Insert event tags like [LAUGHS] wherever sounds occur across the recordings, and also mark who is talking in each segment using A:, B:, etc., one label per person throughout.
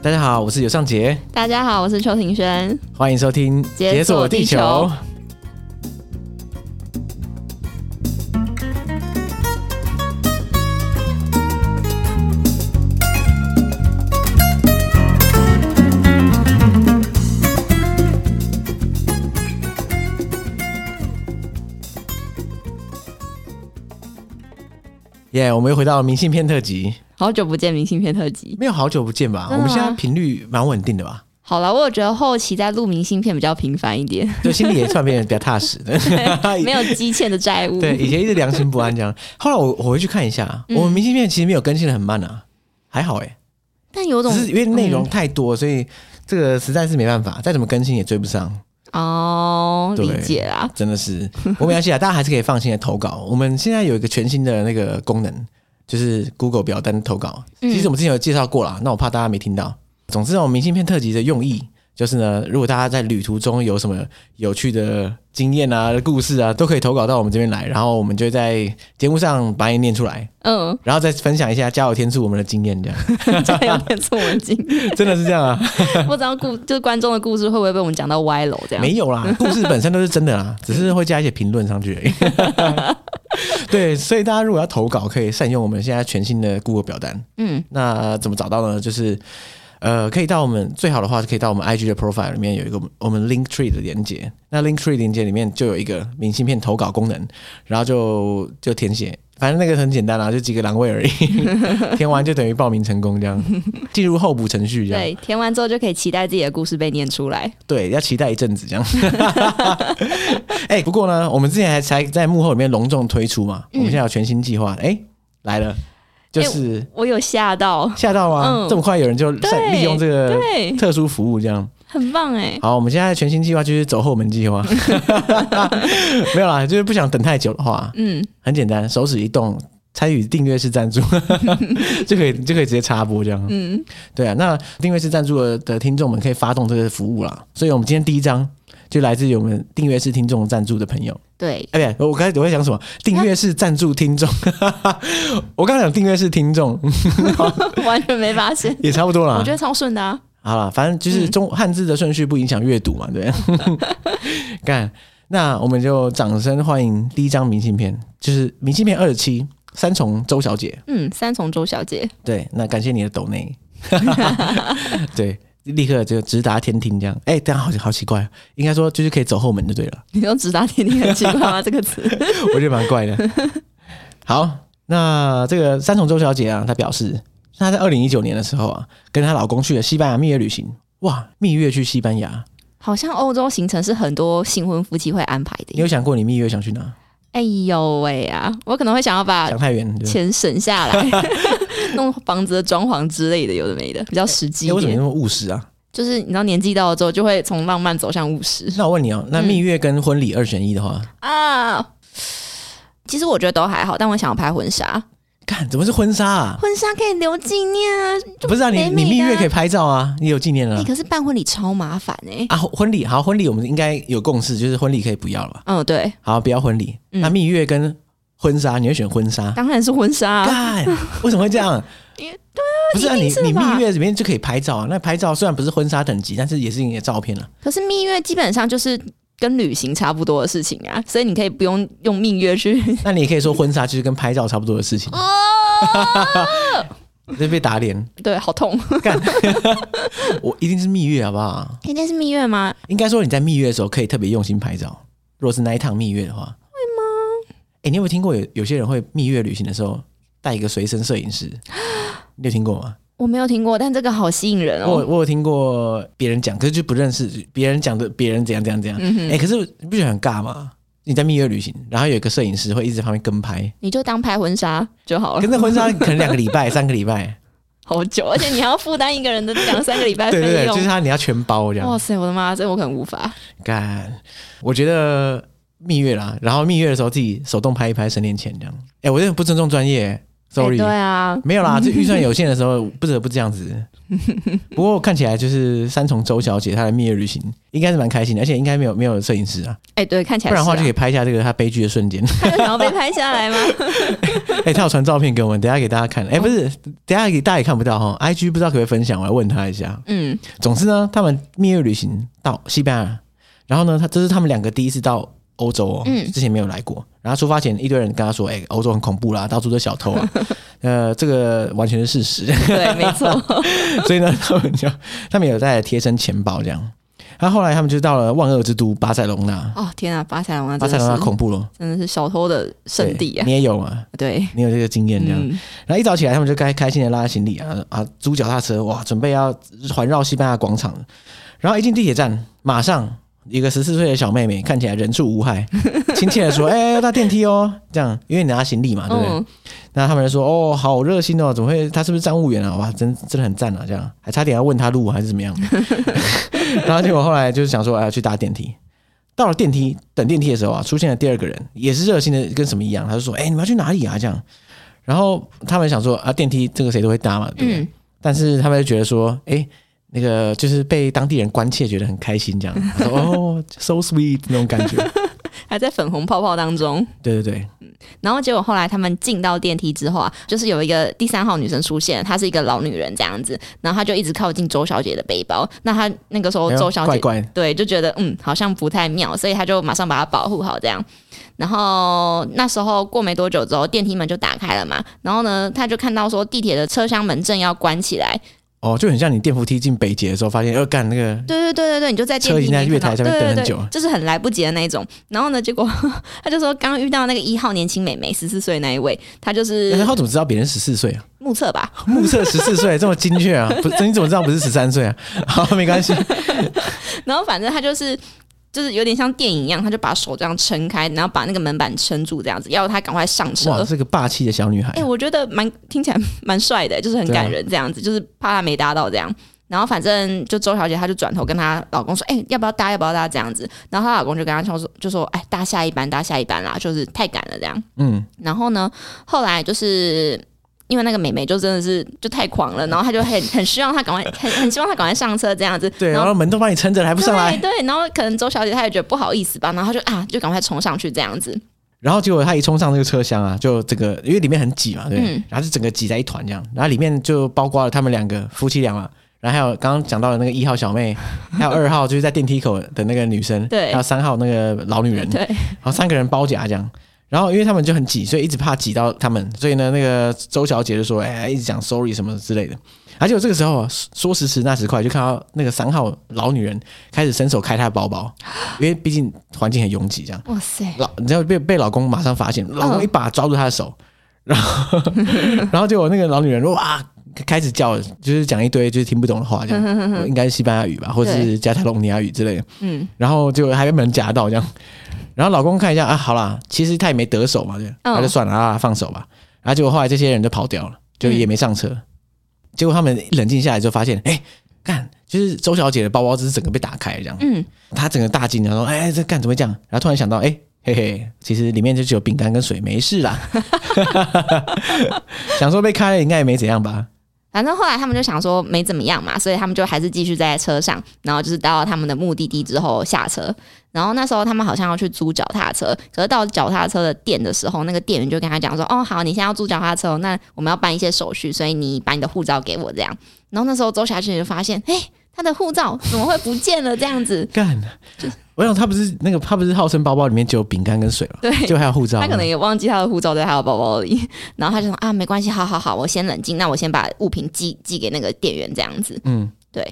A: 大家好，我是尤尚杰，
B: 大家好，我是邱庭轩。
A: 欢迎收听《
B: 解锁地球》。
A: 耶我们又回到明信片特辑，
B: 好久不见，明信片特辑。
A: 没有好久不见吧？
B: 真的
A: 我
B: 吗
A: 们现在频率蛮稳定的吧？
B: 好了，我有觉得后期在录明信片比较频繁一点，
A: 就心里也算变得比较踏实的。
B: 没有积欠的债务。
A: 哎对，以前一直良心不安这样，后来我我回去看一下，
B: 嗯
A: 我们明信片其实没有更新的很慢啊，还好哎、
B: 但有种
A: 只是因为内容
B: 嗯
A: 太多，所以这个实在是没办法，再怎么更新也追不上。
B: 哦，
A: 对
B: 理解啦。
A: 真的是，我没关系啊，大家还是可以放心的投稿。我们现在有一个全新的那个功能，就是 Google 表单投稿。
B: 嗯
A: 其实我们之前有介绍过啦，那我怕大家没听到。总之，我们明信片特辑的用意就是呢，如果大家在旅途中有什么有趣的经验啊、故事啊，都可以投稿到我们这边来，然后我们就会在节目上把你念出来，
B: 嗯， [LAUGHS]
A: 然后再分享一下加油天数我们的经验，这样 [LAUGHS]
B: 这样有点错文经。
A: 真的是这样啊？
B: 不知道故就是观众的故事会不会被我们讲到歪楼这样？
A: 没
B: [LAUGHS]
A: 有啦，故事本身都是真的啦，只是会加一些评论上去而已。
B: [LAUGHS]
A: 对，所以大家如果要投稿，可以善用我们现在全新的 Google 表单。
B: 嗯，
A: 那怎么找到呢？就是呃，可以到我们最好的话，可以到我们 IG 的 profile 里面有一个我们 Link Tree 的连接。那 Link Tree 连接里面就有一个明信片投稿功能，然后就就填写。反正那个很简单啦、就几个栏位
B: [LAUGHS]
A: 而已，填完就等于报名成功这样，进入候补程序这样。
B: 对，填完之后就可以期待自己的故事被念出来。
A: 对，要期待一阵子这样。 [LAUGHS] 哎、不过呢，我们之前还才在幕后里面隆重推出嘛，我
B: 嗯
A: 们现在有全新计划，哎、来了，就是
B: 我有吓到，
A: 吓到吗？
B: 嗯
A: 这么快有人就在
B: 对
A: 利用这个
B: 对，
A: 特殊服务这样。
B: 很棒哎。
A: 好，我们现在全新计划就是走后门计划， [LAUGHS] 没有啦，就是不想等太久的话，
B: 嗯，
A: 很简单，手指一动。参与订阅式赞助 [LAUGHS] 就可以就可以直接插播这样，嗯，对啊，那订阅式赞助的的听众们可以发动这个服务啦，所以我们今天第一章就来自于我们订阅式听众赞助的朋友，
B: 对，
A: 哎、不对，我刚才我在想什么？订阅式赞助听众， [LAUGHS] 我刚才讲订阅式听众
B: 完全没发现，
A: 也差不多啦，
B: 我觉得嗯超顺的啊。
A: 好了，反正就是中汉字的顺序不影响阅读嘛，对。 [LAUGHS] 干，那我们就掌声欢迎第一张明信片，就是明信片二十七，三重周小姐。
B: 嗯，三重周小姐，
A: 对，那感谢你的抖内， [LAUGHS] 对，立刻就直达天庭这样。哎、这样好好奇怪，应该说就是可以走后门就对了，
B: 你用直达天庭很奇怪吗？这个词？
A: 我觉得蛮怪的。 [LAUGHS] 好，那这个三重周小姐啊，她表示她在二零一九年的时候啊，跟她老公去了西班牙蜜月旅行。哇，蜜月去西班牙，
B: 好像欧洲行程是很多新婚夫妻会安排的
A: 你有
B: 耶。
A: 想过你蜜月想去哪？
B: 哎呦喂啊，我可能会想要把
A: 想太远，对不对
B: 钱省下
A: [LAUGHS]
B: 来，弄房子的装潢之类的，有的没的，比较实际
A: 哎
B: 一
A: 为什么
B: 点
A: 那。么务实啊？
B: 就是你知道，年纪到了之后，就会从浪漫走向务实
A: 那我问你哦，那蜜月跟婚礼二选一的话，
B: 啊。其实我觉得都还好，但我想要拍婚纱，
A: 看、怎么是婚纱啊？
B: 婚纱可以留纪念啊。
A: 不是啊，你
B: 美美
A: 你
B: 的啊
A: 蜜月可以拍照啊，你有纪念了
B: 哎、
A: 啊
B: 可是办婚礼超麻烦哎、
A: 啊。婚礼好，婚礼我们应该有共识，就是婚礼可以不要了吧？
B: 嗯，对，
A: 好，不要婚礼。
B: 嗯
A: 那蜜月跟婚纱，你会选婚纱？
B: 当然是婚纱、啊。
A: 干，为什么会这样？
B: [LAUGHS] 因为
A: 不是啊，
B: 一
A: 你
B: 定是
A: 你蜜
B: 吧
A: 月里面就可以拍照啊。那拍照虽然不是婚纱等级，但是也是你的照片啊了。
B: 可是蜜月基本上就是跟旅行差不多的事情啊，所以你可以不用用蜜月去。
A: 那你也可以说婚纱就是跟拍照差不多的事情，
B: 嗯哦
A: [LAUGHS] 就被打脸。
B: 对，好 [LAUGHS] 痛！
A: 干，我一定是蜜月好不好？
B: 今天是蜜月吗？
A: 应该说你在蜜月的时候可以特别用心拍照。如果是那一趟蜜月的话，会吗？哎、你有没有听过有有些人会蜜月旅行的时候带一个随身摄影
B: [GASPS]
A: 师？你有听过吗？
B: 我没有听过，但这个好吸引人
A: 我
B: 哦。
A: 我有听过别人讲，可是就不认识别人讲的，别人怎样怎样怎样。哎、
B: 嗯哼，
A: 可是你不觉得很尬吗？你在蜜月旅行，然后有一个摄影师会一直在旁边跟拍，
B: 你就当拍婚纱就好
A: 可是
B: 了，
A: 那婚纱可能两个礼拜、三个礼
B: [LAUGHS]
A: 拜，
B: 好久，而且你还要负担一个人的两三个礼拜
A: 对对
B: 费
A: [LAUGHS] 对，
B: 用。
A: 就是他你要全包这样。
B: 哇塞，我的妈，这我可能无法。
A: 干，我觉得蜜月啦，然后蜜月的时候自己手动拍一拍，省点钱这样。哎、我有点不尊重专业，
B: 哎
A: Sorry，
B: 对啊，
A: 没有啦，这预算有限的时候不得不这样
B: [LAUGHS]
A: 子。不过看起来就是三重周小姐她的蜜月旅行应该是蛮开心的，而且应该没有没有摄影师啊，
B: 哎、对，看起
A: 不
B: 来
A: 然
B: 是、
A: 的
B: 啊、
A: 话就可以拍下这个她悲剧的瞬间。 [LAUGHS]
B: 他 [LAUGHS] 有想要被拍下来吗？
A: 哎、她有传照片给我们，等一下给大家看。
B: 哦
A: 哎、不是，等一下给大家也看不到哈，IG 不知道可不可以分享，我来问她一下。
B: 嗯，
A: 总之呢，他们蜜月旅行到西班牙，然后呢，他这是他们两个第一次到欧洲哦，
B: 嗯
A: 之前没有来过。然后出发前，一堆人跟他说：“哎、欧洲很恐怖啦，到处都小偷
B: [LAUGHS]
A: 啊。”呃，这个完全是事实。 [LAUGHS]
B: 对，没错，
A: 所以呢，他们就他们有带贴身钱包这样。然后后来他们就到了万恶之都巴塞隆纳，
B: 哦，天啊，巴塞罗那
A: 巴
B: 真
A: 塞
B: 的
A: 隆纳
B: 是
A: 恐怖咯，
B: 真的是小偷的圣地
A: 对
B: 啊，
A: 你也有啊，
B: 对，
A: 你有这个经验这样。
B: 嗯，
A: 然后一早起来，他们就开开心的拉着行李啊啊，租脚踏车哇，准备要环绕西班牙广场。然后一进地铁站，马上一个十四岁的小妹妹，看起来人畜无害，亲切的说：“ [LAUGHS] 哎、要搭电梯哦。”这样，因为你拿行李啊嘛，对不对？
B: 嗯，
A: 那他们就说：“哦，好热心哦，怎么会？他是不是站务员啊？哇，真真的很赞啊！这样还差点要问他路还是怎么样。” [LAUGHS] 然后结果后来就是想说，哎，去搭电梯。到了电梯，等电梯的时候啊，出现了第二个人，也是热心的，跟什么一样。他就说：“哎、你们要去哪里啊？”这样，然后他们想说啊，电梯这个谁都会搭嘛，对不对？
B: 嗯，
A: 但是他们就觉得说，哎、那个就是被当地人关切，觉得很开心，这样。他说：“哦，so sweet 那种感觉。
B: 还在粉红泡泡当中。”
A: 对对对，
B: 然后结果后来他们进到电梯之后啊，就是有一个第三号女生出现，她是一个老女人这样子，然后她就一直靠近周小姐的背包。那她那个时候
A: 哎呦
B: 周小姐
A: 怪怪的，
B: 对就觉得嗯好像不太妙，所以她就马上把她保护好这样。然后那时候过没多久之后，电梯门就打开了嘛，然后呢，她就看到说地铁的车厢门正要关起来，
A: 哦，就很像你电扶梯进北捷的时候，发现要干那个
B: 对对对对对，你就在电梯里面
A: 车已经在月台下面
B: 看到
A: 等很
B: 对对
A: 久
B: 对，就是很来不及的那一种。然后呢，结果她就说刚刚遇到那个一号年轻美眉，十四岁那一位，她就
A: 然
B: 是
A: 哎后怎么知道别人十四岁啊？ [LAUGHS]
B: 目测吧，
A: 目测十四岁，这么精确啊？不，你怎么知道不是十三岁啊？好，没关系。
B: 然后反正他就是就是有点像电影一样，他就把手这样撑开，然后把那个门板撑住，这样子要他赶快上
A: 哇，
B: [LAUGHS] 车。
A: 是个霸气的小女孩
B: 哎、。我觉得蛮听起来蛮帅的，就是很感人这样子，就是怕他没搭到这样。然后反正就周小姐，她就转头跟她老公说：“哎、要不要搭？要不要搭？”这样子。然后她老公就跟她说：“就说哎，搭下一班，搭下一班啦，就是太赶了这样。”
A: 嗯，
B: 然后呢，后来就是因为那个美眉就真的是就太狂了，然后她就很很希望她赶快很很希望她赶快上车这样子。
A: 对，
B: 然
A: 然
B: 后
A: 后门都帮你撑着了，还不上来。
B: 对对，然后可能周小姐她也觉得不好意思吧，然后她就啊，就赶快冲上去这样子。
A: 然后结果她一冲上这个车厢啊，就这个因为里面很挤嘛，对，
B: 嗯
A: 然后就整个挤在一团这样。然后里面就包括了他们两个夫妻俩嘛，然后还有刚刚讲到的那个一号小妹，还有二号就是在电梯口的那个女生，
B: 对
A: 还有三号那个老女人，
B: 对，
A: 然后三个人包夹这样。然后因为他们就很挤，所以一直怕挤到他们，所以呢，那个周小姐就说：“哎，一直讲 sorry 什么之类的。”而且我这个时候啊说说时迟那时快，就看到那个三号老女人开始伸手开她的包包，因为毕竟环境很拥挤，这样
B: 哇塞，
A: 老你知道被被老公马上发现，老公一把抓住她的手，然后然后结果那个老女人哇开始叫，就是讲一堆就是听不懂的话，这样应该是西班牙语吧，或者是加泰隆尼亚语之类的。
B: 嗯
A: 然后就还被门夹到这样。然后老公看一下啊，好啦，其实他也没得手嘛，对，
B: 嗯
A: 他就算了啊，放手吧。然后结果后来这些人就跑掉了，
B: 嗯
A: 就也没上车。结果他们一冷静下来之后，发现，哎、干，就是周小姐的包包只是整个被打开这样，
B: 嗯，
A: 她整个大惊，然后说，哎、这干怎么会这样？然后突然想到，哎、嘿嘿，其实里面就只有饼干跟水，没事啦。 [LAUGHS] 想说被开了应该也没怎样吧？
B: 反正后来他们就想说没怎么样嘛，所以他们就还是继续在车上，然后就是到他们的目的地之后下车。然后那时候他们好像要去租脚踏车，可是到脚踏车的店的时候，那个店员就跟他讲说：“哦，好，你现在要租脚踏车哦，那我们要办一些手续，所以你把你的护照给我这样。”然后那时候周小姐就发现，哎、她的护照怎么会不见了？这样子，
A: 干，我想他不是那个，他不是号称包包里面只有饼干跟水
B: [LAUGHS]
A: 吗？
B: 对，
A: 就还有护照吗，
B: 他可能也忘记他的护照在他的包包里， [LAUGHS] 然后他就说啊，没关系，好好好，我先冷静，那我先把物品寄寄给那个店员这样
A: 嗯
B: 子。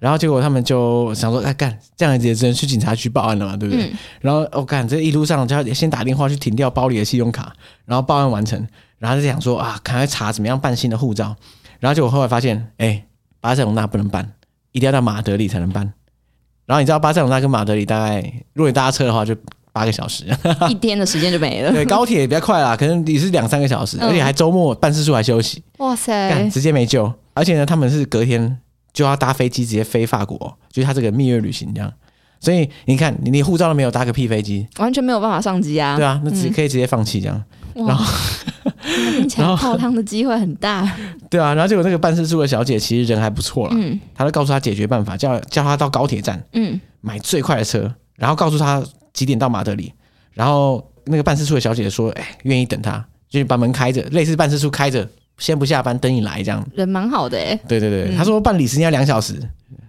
A: 然后结果他们就想说，哎干，这样子也只能去警察局报案了嘛，对不对？
B: 嗯
A: 然后我、哦、干，这一路上就要先打电话去停掉包里的信用卡，然后报案完成，然后就想说啊，赶快查怎么样办新的护照。然后结果后来发现，哎，巴塞隆纳不能办，一定要到马德里才能办。然后你知道巴塞隆纳跟马德里大概，如果你搭车的话，就八个小时。 [LAUGHS]
B: 一天的时间就没了。
A: 对，高铁也比较快啦，可能也是两三个小时，
B: 嗯
A: 而且还周末办事处还休息。
B: 哇
A: 干
B: 塞，
A: 直接没救。而且呢，他们是隔天就要搭飞机直接飞法国，就是他这个蜜月旅行这样。所以你看，你你护照都没有，搭个屁飞机，
B: 完全没有办法上机啊！
A: 对啊，那只
B: 嗯
A: 可以直接放弃这样。
B: 哇
A: 然后
B: 听起来
A: 然后
B: 泡汤的机会很大。
A: 对啊，然后结果那个办事处的小姐其实人还不错啦，
B: 嗯
A: 她就告诉她解决办法，叫叫她到高铁站
B: 嗯，
A: 买最快的车，然后告诉她几点到马德里，然后那个办事处的小姐说，哎，愿意等她，就是把门开着，类似办事处开着，先不下班等你来这样。
B: 人蛮好的哎、
A: 对对对，
B: 嗯
A: 她说办理时间要两小时。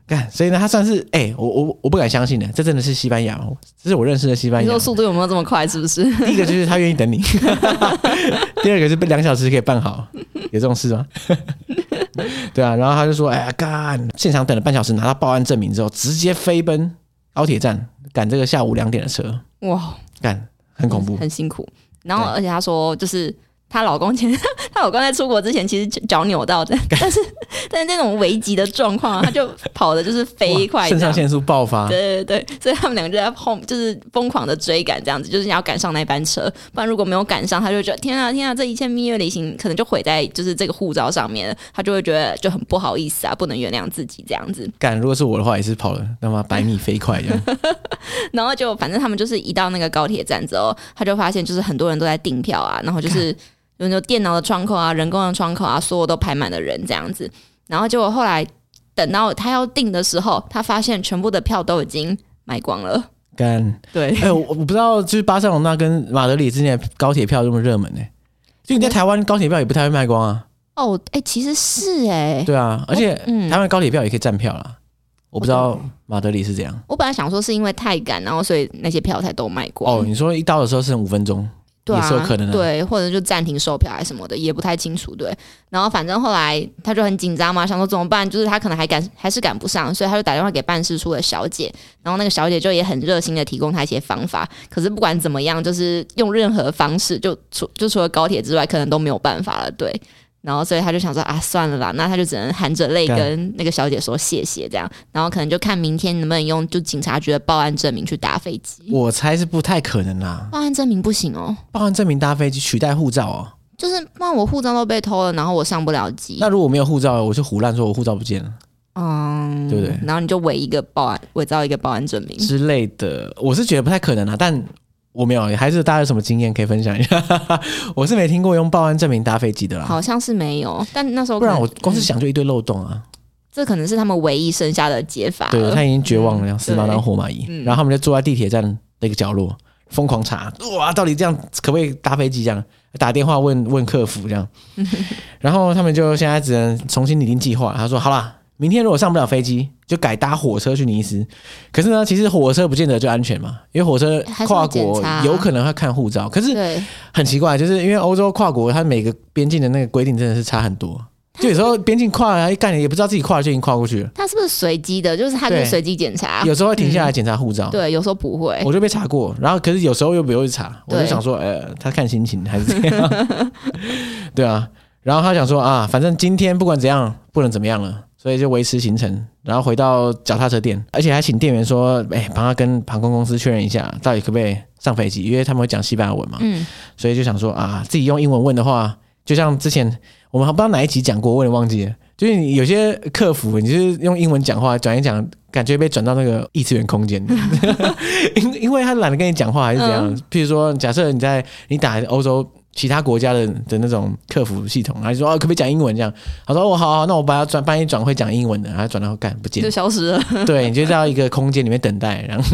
A: 干，所以呢，她算是哎、我我我不敢相信的，这真的是西班牙，哦这是我认识的西班
B: 你
A: 牙
B: 说。速度有没有这么快？是不 [LAUGHS] 是？
A: [LAUGHS] 第一个就是她愿意等你， [LAUGHS] 第二个是被两小时可以办好，有这种事吗？ [LAUGHS] 对啊，然后他就说：“哎呀，干！现场等了半小时，拿到报案证明之后，直接飞奔高铁站赶这个下午两点的车，
B: 哇，
A: 干很恐怖。
B: 很辛苦。然后
A: 对
B: 而且她说，就是 [LAUGHS] 她老公前，她老公在出国之前其实脚扭到的， [LAUGHS] 但是但是那种危急的状况啊，她就跑的就是飞
A: 哇
B: 快这
A: 肾上
B: 样。
A: 腺素爆发，
B: 对对对，所以他们两个就在后，就是疯狂的追赶，这样子，就是要赶上那班车，不然如果没有赶上，他就会觉得天啊天啊，这一切蜜月旅行可能就毁在就是这个护照上面了，他就会觉得就很不好意思啊，不能原谅自己这样子。
A: 干！如果是我的话，也是跑了他妈百米飞快这样。
B: 然后就反正他们就是一到那个高铁站之后，他就发现就是很多人都在订票啊，然后就是有有电脑的窗口啊、人工的窗口啊，所有都排满了人这样子。然后结果后来等到他要订的时候，他发现全部的票都已经卖光了。
A: 干！
B: 对
A: [LAUGHS] 哎、，我我不知道，就是巴塞罗那跟马德里之间的高铁票这么热门呢、就你
B: 嗯
A: 在台湾高铁票也不太会卖光啊。
B: 哦，哎、其实是哎、
A: 对啊，而且
B: 嗯
A: 台湾高铁票也可以站票啦。我不知道马德里是怎样。
B: 我本来想说是因为太赶，然后所以那些票才都卖光。
A: 哦，你说一到的时候剩五分钟，
B: 对啊，
A: 也是有可能的
B: 对，或者就暂停售票还是什么的，也不太清楚。对，然后反正后来他就很紧张嘛，想说怎么办？就是他可能还赶，还是赶不上，所以他就打电话给办事处的小姐，然后那个小姐就也很热心的提供他一些方法。可是不管怎么样，就是用任何方式，就除 [LAUGHS] 就除了高铁之外，可能都没有办法了。对。然后，所以他就想说啊，算了啦，那他就只能含着泪
A: 干
B: 跟那个小姐说谢谢，这样，然后可能就看明天能不能用就警察局的报案证明去搭飞机。
A: 我猜是不太可能啦。
B: 报案证明不行哦，
A: 报案证明搭飞机取代护照哦。
B: 就是不然我护照都被偷了，然后我上不了机
A: 那，如果没有护照，我就胡乱说我护照不见了
B: 嗯，
A: 对不对
B: 然后你就伪一个报案，伪造一个报案证明。
A: 之类的，我是觉得不太可能啦。但我没有，还是大家有什么经验可以分享一下？ [LAUGHS] 我是没听过用报案证明搭飞机的啦。
B: 好像是没有，但那时
A: 啊
B: 候
A: 不
B: 可能嗯
A: 然我光是想就一堆漏洞啊！
B: 这可能是他们唯一剩下的解法
A: 嗯对
B: 了。
A: 他已经绝望了，像死马当活马医。
B: 嗯
A: 然后他们就坐在地铁站的一个角落，疯狂查，哇，到底这样可不可以搭飞机？这样打电话问问客服这样。 [LAUGHS] 然后他们就现在只能重新拟定计划。他说：“好啦，明天如果上不了飞机，就改搭火车去尼斯。可是呢，其实火车不见得就安全嘛，因为火车
B: 还是会
A: 跨
B: 检
A: 国
B: 查啊
A: 有可能会看护照。可是
B: 对，
A: 很奇怪，就是因为欧洲跨国，它每个边境的那个规定真的是差很多。就有时候边境跨了，一干也不知道自己跨了，就已经跨过去了。
B: 他是不是随机的？就是他就
A: 对
B: 随机检查，
A: 有时候会停下来检查护照。
B: 对，有时候不会。
A: 我就被查过，然后可是有时候又不会查，我就
B: 对
A: 想说，呃，他看心情还是这样，
B: [LAUGHS]
A: 对啊。然后他想说啊，反正今天不管怎样，不能怎么样了，所以就维持行程，然后回到脚踏车店，而且还请店员说，哎，帮他跟航空公司确认一下，到底可不可以上飞机，因为他们会讲西班牙文嘛，
B: 嗯，
A: 所以就想说啊，自己用英文问的话，就像之前我们不知道哪一集讲过，我有点忘记了。就是你有些客服，你就是用英文讲话，转一讲，感觉被转到那个异次元空间，因因为他懒得跟你讲话还是怎样。譬如说，假设你在你打欧洲其他国家的的那种客服系统，然后就说哦、可不可以讲英文这样？他说哦好好，那我把他转帮你转会讲英文的，然后转到干不见
B: [LAUGHS] 就，消
A: [LAUGHS]
B: 失了，
A: 对，你就到一个空间里面等待，然后，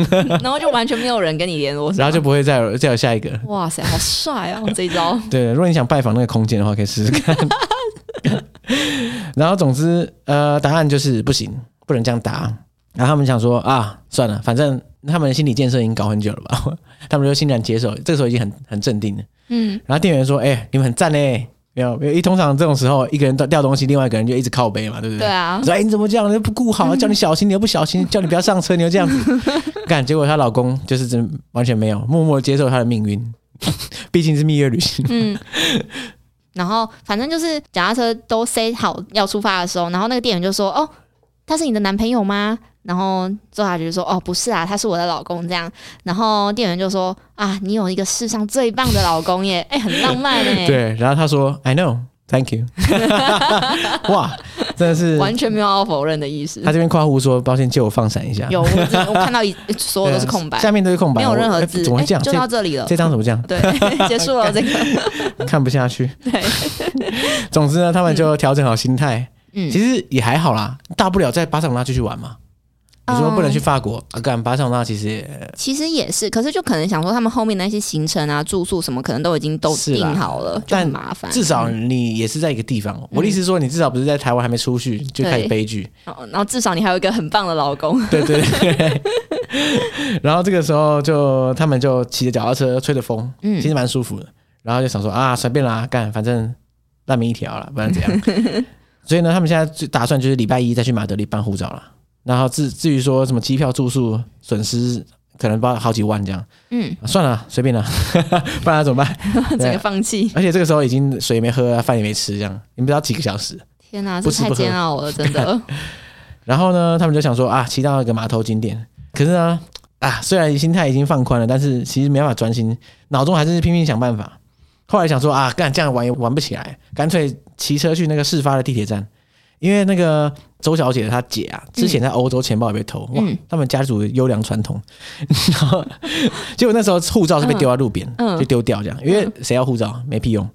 B: 然后就完全没有人跟你联络
A: 然后就不会再有再有下一个。
B: 哇塞，好帅哦，这一招。
A: 对，如果你想拜访那个空间的话，可以试试看。 [LAUGHS] 然后总之，呃，答案就是不行，不能这样答。然后他们想说啊，算了，反正他们的心理建设已经搞很久了吧， [LAUGHS] 他们就欣然接受。这个时候已经很很镇定了。
B: 嗯，
A: 然后店员说：“哎、你们很赞嘞！”没有，没有。一通常这种时候，一个人掉掉东西，另外一个人就一直靠背嘛，对 [LAUGHS] 不对？
B: 对啊，
A: 说：“哎、你怎么这样？你又不顾好，叫你小心，你又不小心，叫你不要上车，你又这样子。干，结果她老公就是真完全没有，默默接受她的命运。 [LAUGHS] 毕竟是蜜月旅行，
B: 嗯，然后反正就是脚踏车都塞好要出发的时候，然后那个店员就说：“哦，他是你的男朋友吗？”然后周小姐就说：“哦，不是啊，他是我的老公。”这样，然后店员就说：“啊，你有一个世上最棒的老
A: [LAUGHS]
B: 公耶！哎、很浪漫哎、 [LAUGHS]
A: 对，然后他说 I know, thank [LAUGHS] you。哇，真的是
B: 完全没有要否认的意思
A: 他。这边夸胡说，抱歉，借我放闪一下，
B: 有，我只我看到一所有都是空
A: [LAUGHS]
B: 白
A: 对啊，下面都是空白，
B: 没有任
A: 我
B: 何
A: 哎
B: 字，
A: 怎么会
B: 哎
A: 这样？
B: 就到
A: 这
B: 这里了。
A: 这张怎么
B: [LAUGHS]
A: 这样？
B: 对，结束了这个。
A: 看不下去。 [LAUGHS]
B: 对，
A: 总之呢，他们就调整好心态，
B: 嗯
A: 其，实也还好啦，大不了在巴塞罗那继续玩嘛。
B: 嗯
A: 你说不能去法国，啊，干巴塞罗那其实也
B: 其实也是，可是就可能想说，他们后面那些行程啊、住宿什么，可能都已经都
A: 是啦
B: 定好了，就
A: 但
B: 很麻烦。
A: 至少你也是在一个地方。我的意思是说，你至少不是在台湾还没出去就开始
B: 嗯对
A: 悲剧。
B: 然后，然后至少你还有一个很棒的老公。
A: 对对对。 [LAUGHS] 然后这个时候就他们就骑着脚踏车，吹着风，
B: 嗯
A: 其实蛮舒服的。然后就想说啊，随便啦，干，反正烂命一条啦，不然怎样？所以呢，他们现在就打算就是礼拜一再去马德里办护照啦。然后至至于说什么机票、住宿损失，可能不知道好几万这样，
B: 嗯，
A: 啊算了，随便啦， [LAUGHS] 不然怎么办？
B: 整个放弃。
A: 而且这个时候已经水也没喝啊，饭也没吃，这样你们不知道几个小时。
B: 天哪、
A: 不
B: 这
A: 吃
B: 太
A: 不喝
B: 煎熬了，
A: [LAUGHS]
B: 真的。
A: 然后呢，他们就想说啊，骑到那个码头景点，可是呢，啊，虽然心态已经放宽了，但是其实没办法专心，脑中还是拼命想办法。后来想说啊，干这样玩也玩不起来，干脆骑车去那个事发的地铁站，因为那个周小姐她姐啊，之前在欧洲钱包也被偷，哇
B: 嗯，
A: 他们家族优良传统。 [LAUGHS] 然后结果那时候护照是被丢到路边，
B: 嗯嗯
A: 就丢掉这样，因为谁要护照没屁用。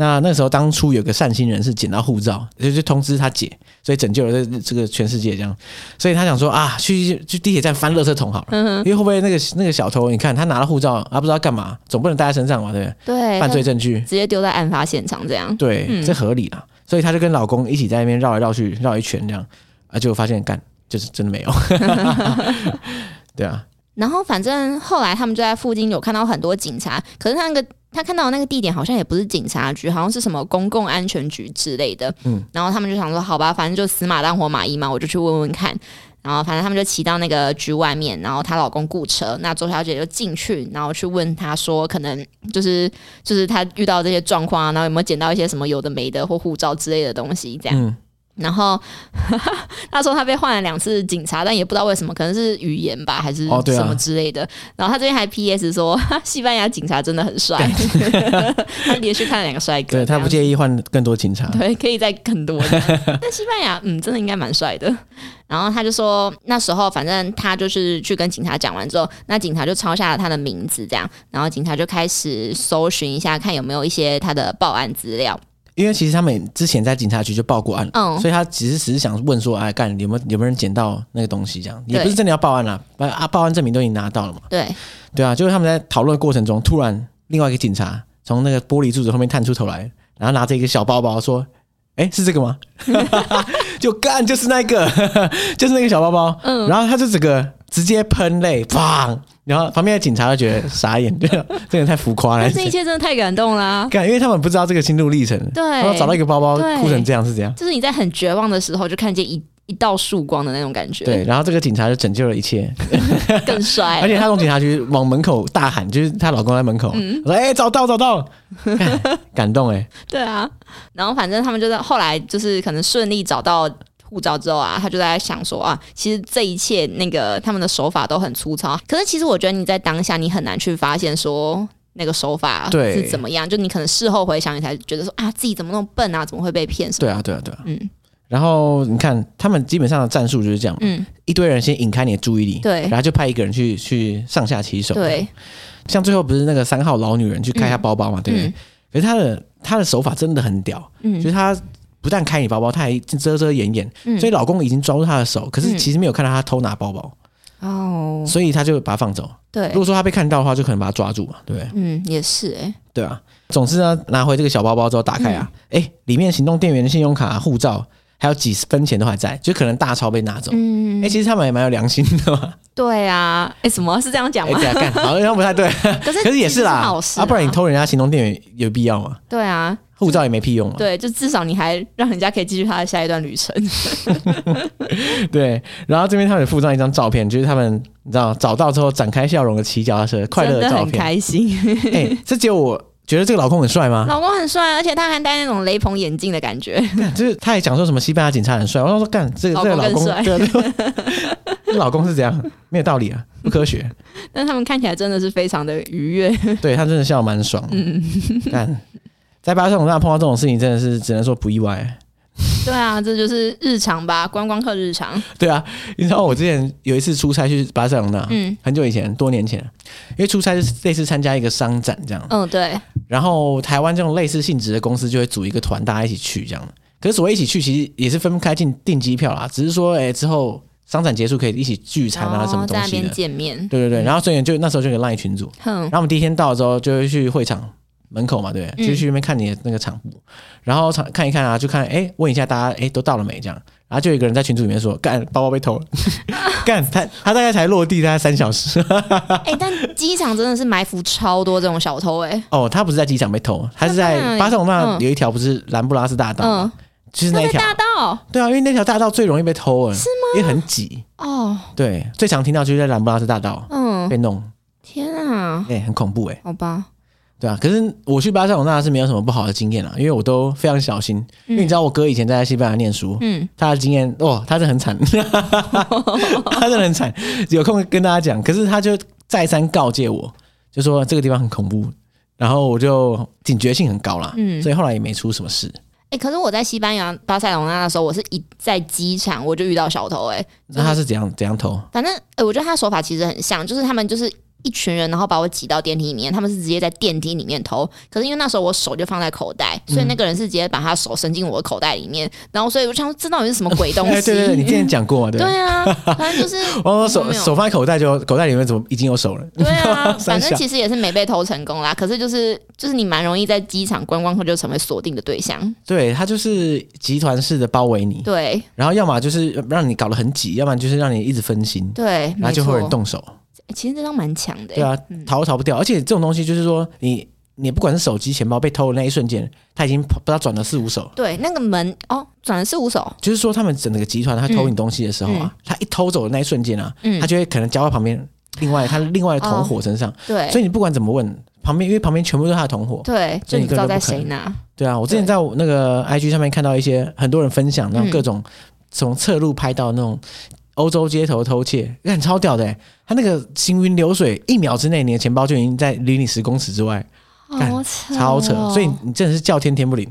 A: 那那时候当初有个善心人士捡到护照，就是通知他姐，所以拯救了这这个全世界这样。所以他想说啊，去去地铁站翻垃圾桶好
B: 嗯
A: 了，因为会不会那个那个小偷，你看他拿了护照，他、啊、不知道干嘛，总不能带在身上嘛，对不对？
B: 对，
A: 犯罪
B: 他
A: 证据，
B: 直接丢在案发现场这样。
A: 对，
B: 嗯
A: 这合理啦。所以他就跟老公一起在那边绕来绕去，绕一圈这样，啊，结果发现干就是真的
B: [LAUGHS]
A: 没有， [LAUGHS] 对啊，
B: 然后反正后来他们就在附近有看到很多警察，可是他那个他看到的那个地点好像也不是警察局，好像是什么公共安全局之类的。
A: 嗯
B: 嗯，然后他们就想说，好吧，反正就死马当活马医嘛，我就去问问看。然后反正他们就骑到那个局外面，然后她老公雇车，那周小姐就进去，然后去问他说，可能就是就是她遇到这些状况啊，然后有没有捡到一些什么有的没的或护照之类的东西这样。
A: 嗯，
B: 然后 [LAUGHS] 他说他被换了两次警察，但也不知道为什么，可能是语言吧，还是
A: 哦对啊
B: 什么之类的。然后他这边还 P.S 说， [LAUGHS] 西班牙警察真的很帅， [LAUGHS] 他连续看了两个帅哥，
A: 对他不
B: 这样
A: 介意换更多警察，
B: 对，可以再更多
A: [LAUGHS]
B: 这样。但西班牙，嗯，真的应该蛮帅的。然后他就说，那时候反正他就是去跟警察讲完之后，那警察就抄下了他的名字，这样，然后警察就开始搜寻一下，看有没有一些他的报案资料。
A: 因为其实他们之前在警察局就报过案，
B: 嗯，
A: 所以他只是只是想问说，哎，干有没有有没有人捡到那个东西？这样也
B: 对
A: 不是真的要报案啦，把啊报案证明都已经拿到了嘛，
B: 对，
A: 对啊，就是他们在讨论的过程中，突然另外一个警察从那个玻璃柱子后面探出头来，然后拿着一个小包包说：“哎，是这个吗？” [LAUGHS] 就干就是那个， [LAUGHS] 就是那个小包包。嗯，然后他就整个直接喷泪，砰！然后旁边的警察就觉得傻眼， [LAUGHS] 对啊，这个人太浮夸了
B: 但。这一切真的太感动啦、
A: 干，因为他们不知道这个心路历程，
B: 对
A: 然后找到一个包包
B: 对
A: 哭成这样是怎样？
B: 就是你在很绝望的时候，就看见一一道曙光的那种感觉，
A: 对，，哎然后这个警察就拯救了一切，
B: 更帅。
A: 而且她从警察局往门口大喊，就是她老公在门口，我说：“哎、找到，找到！” [LAUGHS] 干感动哎、
B: 对啊，然后反正他们就在后来就是可能顺利找到护照之后啊，他就在想说啊，其实这一切那个他们的手法都很粗糙，可是其实我觉得你在当下你很难去发现说。那个手法
A: 对
B: 是怎么样？就你可能事后回想，你才觉得说啊，自己怎么那么笨啊，怎么会被骗什么？
A: 对啊，对啊，对啊。
B: 嗯
A: 然后你看，他们基本上的战术就是这样，
B: 嗯，
A: 一堆人先引开你的注意力，
B: 对
A: 然后就派一个人去去上下其手。，
B: 对，
A: 像最后不是那个三号老女人去开她包包嘛，对不对？
B: 嗯
A: 可是她的她的手法真的很屌，
B: 嗯
A: 就是她不但开你包包，她还遮遮掩掩，
B: 嗯
A: 所以老公已经抓住她的手，可是
B: 嗯
A: 其实没有看到她偷拿包包，
B: 哦，
A: 所以她就把她放走。
B: 对
A: 如，果说她被看到的话，就可能把她抓住嘛，对不对？
B: 嗯，也是哎、
A: 对啊，总之呢，拿回这个小包包之后打开啊，
B: 嗯
A: 哎、里面行动电源、信用卡、护照，还有几分钱都还在，就可能大钞被拿走。哎、
B: 嗯，
A: 其实他们也蛮有良心的嘛。
B: 对啊，哎、什么是这样 [LAUGHS] 讲
A: 哎、
B: 吗
A: 这？样干好像不太
B: [LAUGHS]
A: 对，
B: 可是
A: 可是也
B: 其实
A: 是啦，
B: 好事
A: 啊，不然你偷人家行动电源有必要吗？
B: 对啊，
A: 护照也没屁用嘛。
B: 对，就至少你还让人家可以继续他的下一段旅程。
A: 对，然后这边他们也附上一张照片，就是他们你知道找到之后展开笑容的骑脚踏车 [LAUGHS] 快乐
B: 真的
A: 照
B: 很
A: 片。[LAUGHS]
B: 开心。
A: 哎、这只有我觉得这个老公很帅
B: [LAUGHS]
A: 吗？
B: 老公很帅，啊而且他还戴那种雷朋眼镜的感觉。
A: 干就是他也讲说什么西班牙警察很帅，我想说干这个这个
B: 老
A: 老
B: 公
A: 公
B: 更帅
A: 对啊对啊，这老公是怎样？没有道理啊，不科学。
B: [LAUGHS] 但他们看起来真的是非常的愉悦。
A: 对他真的 [LAUGHS]
B: 嗯
A: 笑得蛮爽的，但在巴塞罗那碰到这种事情，真的是只能说不意外。
B: 对啊，这就是日常吧，观光客日常。
A: [LAUGHS] 对啊，你知道我之前有一次出差去巴塞隆纳，
B: 嗯
A: 很久以前，多年前，因为出差就是类似参加一个商展这样，
B: 嗯，对，
A: 然后台湾这种类似性质的公司就会组一个团，大家一起去这样。可是所谓一起去，其实也是分不开订订机票啦，只是说，哎、之后商展结束可以一起聚餐啊，
B: 然
A: 什么
B: 后
A: 东
B: 哦在那
A: 西的
B: 边。见嗯面。
A: 对对对，然后所以就那时候就有个 LINE 群组，
B: 哼
A: 然，后我们第一天到之后就会去会场门口嘛，对不对？
B: 嗯
A: 就去那边看你的那个场部，然后场看一看啊，就看哎，问一下大家哎都到了没这样。然后就有一个人在群组里面说：“干，包包被偷了。” [LAUGHS] 干，他他大概才落地大概三小时。 [LAUGHS]
B: 哎、但机场真的是埋伏超多这种小偷哎、
A: 哦，他不是在机场被偷，他是
B: 他在哪
A: 在
B: 里
A: 巴塞罗那
B: 嗯
A: 有一条不是兰布拉斯大道吗，
B: 嗯，
A: 就是那
B: 那
A: 一
B: 在
A: 条。
B: 大道
A: 对啊，因为那条大道最容易被偷了，是吗？因为很挤。
B: 哦，
A: 对，最常听到就是在兰布拉斯大道
B: 嗯，
A: 被弄，
B: 天啊，
A: 哎、很恐怖哎、
B: 好吧，
A: 对啊，可是我去巴塞罗那是没有什么不好的经验啦，因为我都非常小心。因为你
B: 嗯
A: 知道我哥以前在西班牙念书，
B: 嗯，
A: 他的经验哦，他是很
B: [LAUGHS]
A: 惨，他真的很惨。有空跟大家讲，可是他就再三告诫我，就说这个地方很恐怖，然后我就警觉性很高啦，
B: 嗯
A: 所以后来也没出什么事。
B: 哎、可是我在西班牙巴塞隆那的时候，我是一在机场我就遇到小偷哎、
A: 那他是怎样怎样偷？
B: 反正、欸、我觉得他手法其实很像，就是他们就是一群人，然后把我挤到电梯里面，他们是直接在电梯里面偷。可是因为那时候我手就放在口袋，所以
A: 嗯
B: 那个人是直接把他手伸进我的口袋里面，然后所以我就想说这到底是什么鬼
A: [LAUGHS]
B: 东
A: 哎，
B: 西？
A: 对对对，你之前讲过嘛，对
B: 对
A: 吧？
B: 啊，
A: [LAUGHS]
B: 反正就是
A: 哦，
B: 没
A: 手
B: 有
A: 手放在口袋就口袋里面怎么已经有手了？
B: 对啊，
A: 三
B: 反
A: 小
B: 正其实也是没被偷成功啦。可是就是就是你蛮容易在机场观光客就成为锁定的对象，
A: 对，他就是集团式的包围你，
B: 对
A: 然后要么就是让你搞得很挤，要不然就是让你一直分心，
B: 对，
A: 然
B: 没
A: 后就会有人
B: 错。
A: 动手。
B: 欸其实这张蛮强的、欸，
A: 对啊，逃都逃不掉。而且这种东西就是说，你你不管是手机、钱包被偷的那一瞬间，他已经跑不知道转了四五手。
B: 对，那个门哦，转的是五手，
A: 就是说，他们整个集团他偷你东西的时候啊，他一偷走的那一瞬间啊，
B: 嗯哦
A: 他就会可能交到旁边另外他另外的同伙身上。
B: 对
A: 所以你不管怎么问，旁边因为旁边全部都是他的同伙。
B: 对，
A: 所
B: 就
A: 以
B: 你
A: 你
B: 不知道
A: 根本
B: 在
A: 不可
B: 谁
A: 能
B: 拿，
A: 对啊，我之前在我那个 IG 上面看到一些很多人分享那种
B: 嗯
A: 各种从侧路拍到那种欧洲街头偷窃，很超屌的、欸。他那个行云流水，一秒之内你的钱包就已经在离你十公尺之外，干
B: 好扯
A: 超扯。
B: 哦
A: 所以你真的是叫天天不灵，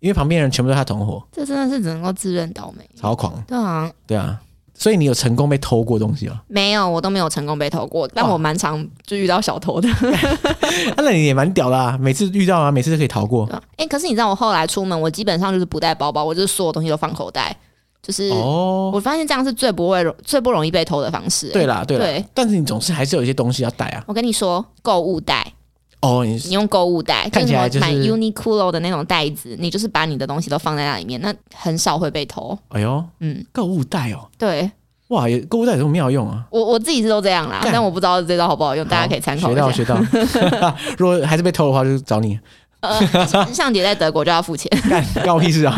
A: 因为旁边人全部都是他同伙，
B: 这真的是只能够自认倒霉。
A: 超狂。
B: 对啊，
A: 对啊，所以你有成功被偷过东西哦吗？
B: 没有，我都没有成功被偷过，但
A: 哇
B: 我蛮常就遇到小偷的。
A: 啊那你也蛮屌的啊，每次遇到啊，每次都可以逃过
B: [LAUGHS] 对。啊哎、可是你知道我后来出门，我基本上就是不带包包，我就是所有东西都放口袋，就是、
A: 哦，
B: 我发现这样是最不会最不容易被偷的方式、欸
A: 对啦，对啦，
B: 对
A: 但是你总是还是有一些东西要带啊。
B: 我跟你说，购物袋，
A: 哦，你
B: 你用购物袋，
A: 看起来
B: 就是什么
A: 就是
B: 买 Uniqlo 的那种袋子，你就是把你的东西都放在那里面，那很少会被偷。
A: 哎呦，
B: 嗯，
A: 购物袋哦，
B: 对
A: 哇，也购物袋有什么妙用啊？
B: 我我自己是都这样啦，
A: 干
B: 但我不知道这招好不好用，大家
A: 好
B: 可以参考一
A: 学
B: 下
A: 到。学到。
B: [LAUGHS]
A: [LAUGHS] 如果还是被偷的话，就找你
B: 呃，像 [LAUGHS] 姐在德国就要付钱。
A: 干干我屁事啊！